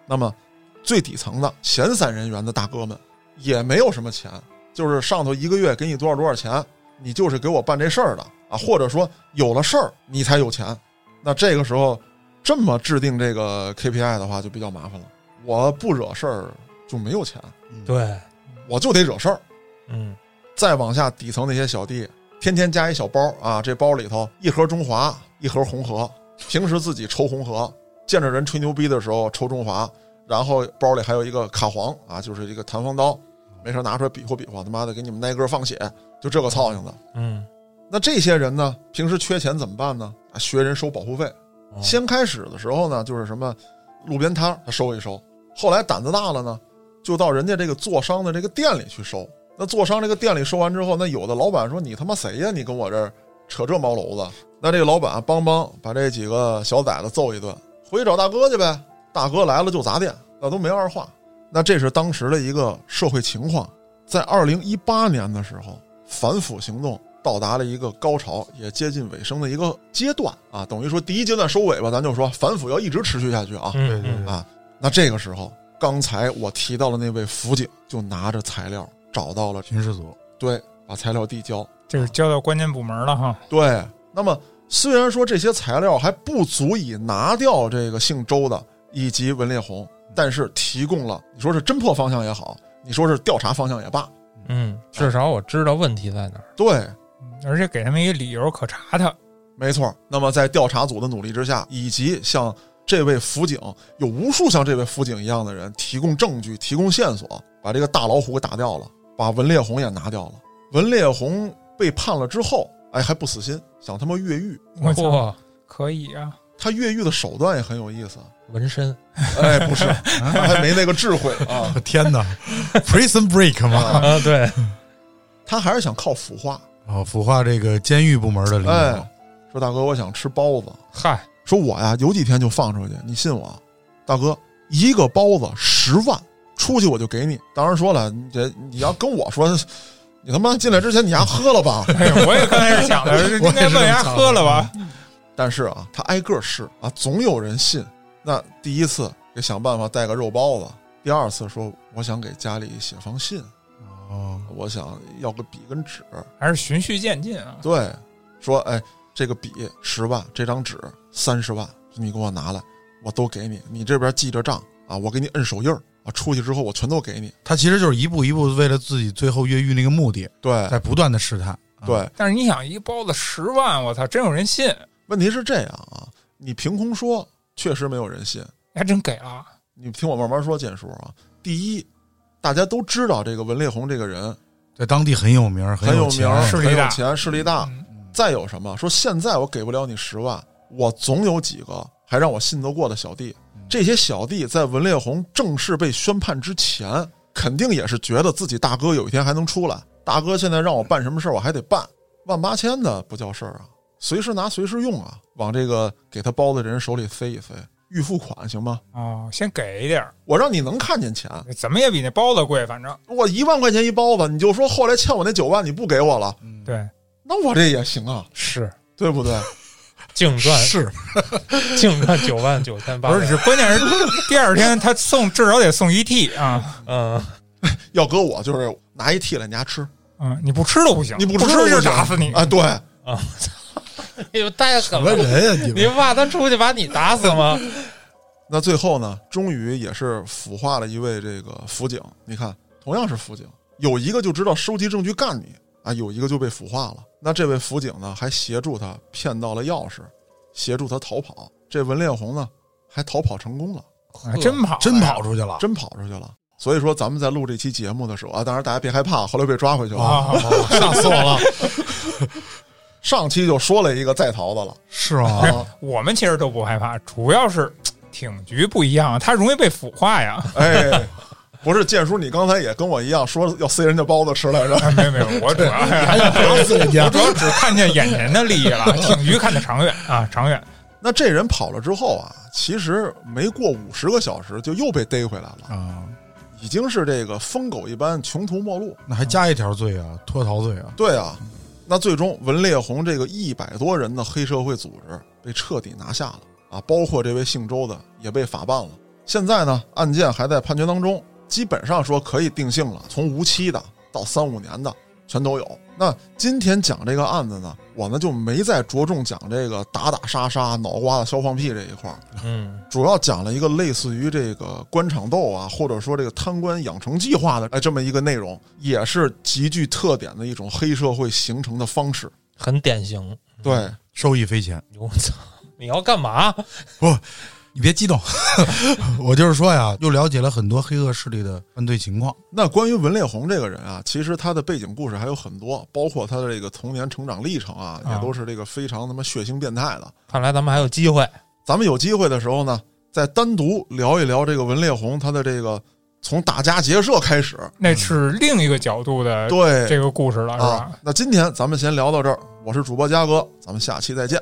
那么最底层的闲散人员的大哥们也没有什么钱，就是上头一个月给你多少多少钱，你就是给我办这事儿的啊，或者说有了事儿你才有钱。那这个时候这么制定这个 KPI 的话，就比较麻烦了。我不惹事儿就没有钱，
对，
我就得惹事儿。
嗯
再往下底层那些小弟，天天加一小包啊，这包里头一盒中华，一盒红河，平时自己抽红河，见着人吹牛逼的时候抽中华，然后包里还有一个卡簧啊，就是一个弹簧刀，没事拿出来比划比划，他妈的给你们挨个放血，就这个操性的。
嗯，
那这些人呢，平时缺钱怎么办呢？啊，学人收保护费。
哦
先开始的时候呢，就是什么路边摊儿他收一收，后来胆子大了呢，就到人家这个做商的这个店里去收。那做商这个店里收完之后，那有的老板说：“你他妈谁呀？你跟我这儿扯这毛篓子？”那这个老板帮帮把这几个小崽子揍一顿，回去找大哥去呗。大哥来了就砸店，那都没二话。那这是当时的一个社会情况。在二零一八年的时候，反腐行动到达了一个高潮，也接近尾声的一个阶段啊，等于说第一阶段收尾吧，咱就说反腐要一直持续下去啊。
嗯
对对
嗯
啊那这个时候，刚才我提到的那位辅警就拿着材料找到了，
巡视组 [laughs]
对，把材料递交，
这是交到关键部门了哈。
对。那么虽然说这些材料还不足以拿掉这个姓周的以及文烈红，但是提供了你说是侦破方向也好，你说是调查方向也罢，
嗯，至少我知道问题在哪儿。
对，
嗯而且给他们一个理由可查他。
没错。那么在调查组的努力之下，以及像这位辅警有无数像这位辅警一样的人提供证据、提供线索，把这个大老虎给打掉了，把文烈红也拿掉了。文烈红被判了之后，哎，还不死心，想他妈越狱。
我操，
嚯，
可以啊！
他越狱的手段也很有意思，
纹身，
哎，不是，他还没那个智慧
[laughs]
啊，
我天哪，Prison Break 嘛，
啊，对，
他还是想靠腐化。
啊，腐化这个监狱部门的领导，
哎，说大哥，我想吃包子，
嗨，
说我呀有几天就放出去，你信我，大哥，一个包子十万，出去我就给你。当然说了，你这你要跟我说，你他妈进来之前你丫喝了吧？ [laughs]
哎呀，我也刚开始想 [laughs] 的，是应该问人家喝了吧？
但是啊，他挨个试啊，总有人信。那第一次给想办法带个肉包子，第二次说我想给家里写封信，
哦，
我想要个笔跟纸，
还是循序渐进啊？
对，说哎，这个笔十万，这张纸三十万，你给我拿来，我都给你，你这边记着账啊，我给你摁手印儿啊，出去之后我全都给你。
他其实就是一步一步为了自己最后越狱那个目的，
对
在不断的试探。啊，
对，
但是你想，一包子十万，我操，真有人信，
问题是这样啊，你凭空说确实没有人信，
还真给了。
你听我慢慢说，建叔啊，第一。大家都知道这个文烈红这个人
在当地很有名，
很
有
名，
钱
是
很
势力
有
大
钱，势力大。
嗯
再有什么说，现在我给不了你十万，我总有几个还让我信得过的小弟。
嗯
这些小弟在文烈红正式被宣判之前，肯定也是觉得自己大哥有一天还能出来。大哥现在让我办什么事儿，我还得办，万八千的不叫事儿啊，随时拿随时用啊，往这个给他包的人手里塞一塞，预付款行吗？
哦，先给一点儿，
我让你能看见钱，
怎么也比那包子贵，反正
我一万块钱一包子，你就说后来欠我那九万你不给我了，
对，
那我这也行啊，
是
对不对？
净赚 [laughs]
是
净赚九万九千八，
不是，是关键是第二天他送至少得送一屉啊，
嗯，
要搁我就是拿一屉来你家吃，
嗯，你不吃都不行，
你
不
吃
吃就
行
打死你
啊！对，
你们太狠
什么
了，
人呀、你
你
们？
怕他出去把你打死吗？
那最后呢，终于也是腐化了一位这个辅警。你看，同样是辅警，有一个就知道收集证据干你啊，有一个就被腐化了。那这位辅警呢，还协助他骗到了钥匙，协助他逃跑。这文烈红呢，还逃跑成功了，
啊真跑，
真跑出去了
真跑出去了。所以说，咱们在录这期节目的时候啊，当然大家别害怕，后来被抓回去了。
啊！吓死我了，
[laughs] 上期就说了一个在逃的了
是吗？
啊，
我们其实都不害怕，主要是挺局不一样，他容易被腐化呀。 [laughs]
哎，不是建叔，你刚才也跟我一样说要塞人家包子吃来着。 [laughs]
啊没有没有，我主要
还想打死人家
主？要只看见眼前的利益了，挺局看得长远啊，长远。
那这人跑了之后啊，其实没过五十个小时就又被逮回来了，
啊，
已经是这个疯狗一般，穷途末路。
那还加一条罪啊，脱逃罪啊！
对啊，那最终文烈红这个一百多人的黑社会组织被彻底拿下了啊，包括这位姓周的也被法办了。现在呢，案件还在判决当中，基本上说可以定性了，从无期的到三五年的全都有。那今天讲这个案子呢，我呢就没再着重讲这个打打杀杀、脑瓜子、消放屁这一块儿。
嗯，
主要讲了一个类似于这个官场斗啊，或者说这个贪官养成计划的哎这么一个内容，也是极具特点的一种黑社会形成的方式。
很典型。
嗯
对，
受益匪浅。
我操，你要干嘛？
你别激动， [laughs] 我就是说呀，又了解了很多黑恶势力的犯罪情况。
那关于文烈红这个人啊，其实他的背景故事还有很多，包括他的这个童年成长历程啊，
啊
也都是这个非常他妈血腥变态的。
看来咱们还有机会。
咱们有机会的时候呢，再单独聊一聊这个文烈红他的这个从打家劫舍开始。
那是另一个角度的
对，
哎
啊
这个故事了，是吧？
啊，那今天咱们先聊到这儿，我是主播嘉哥，咱们下期再见，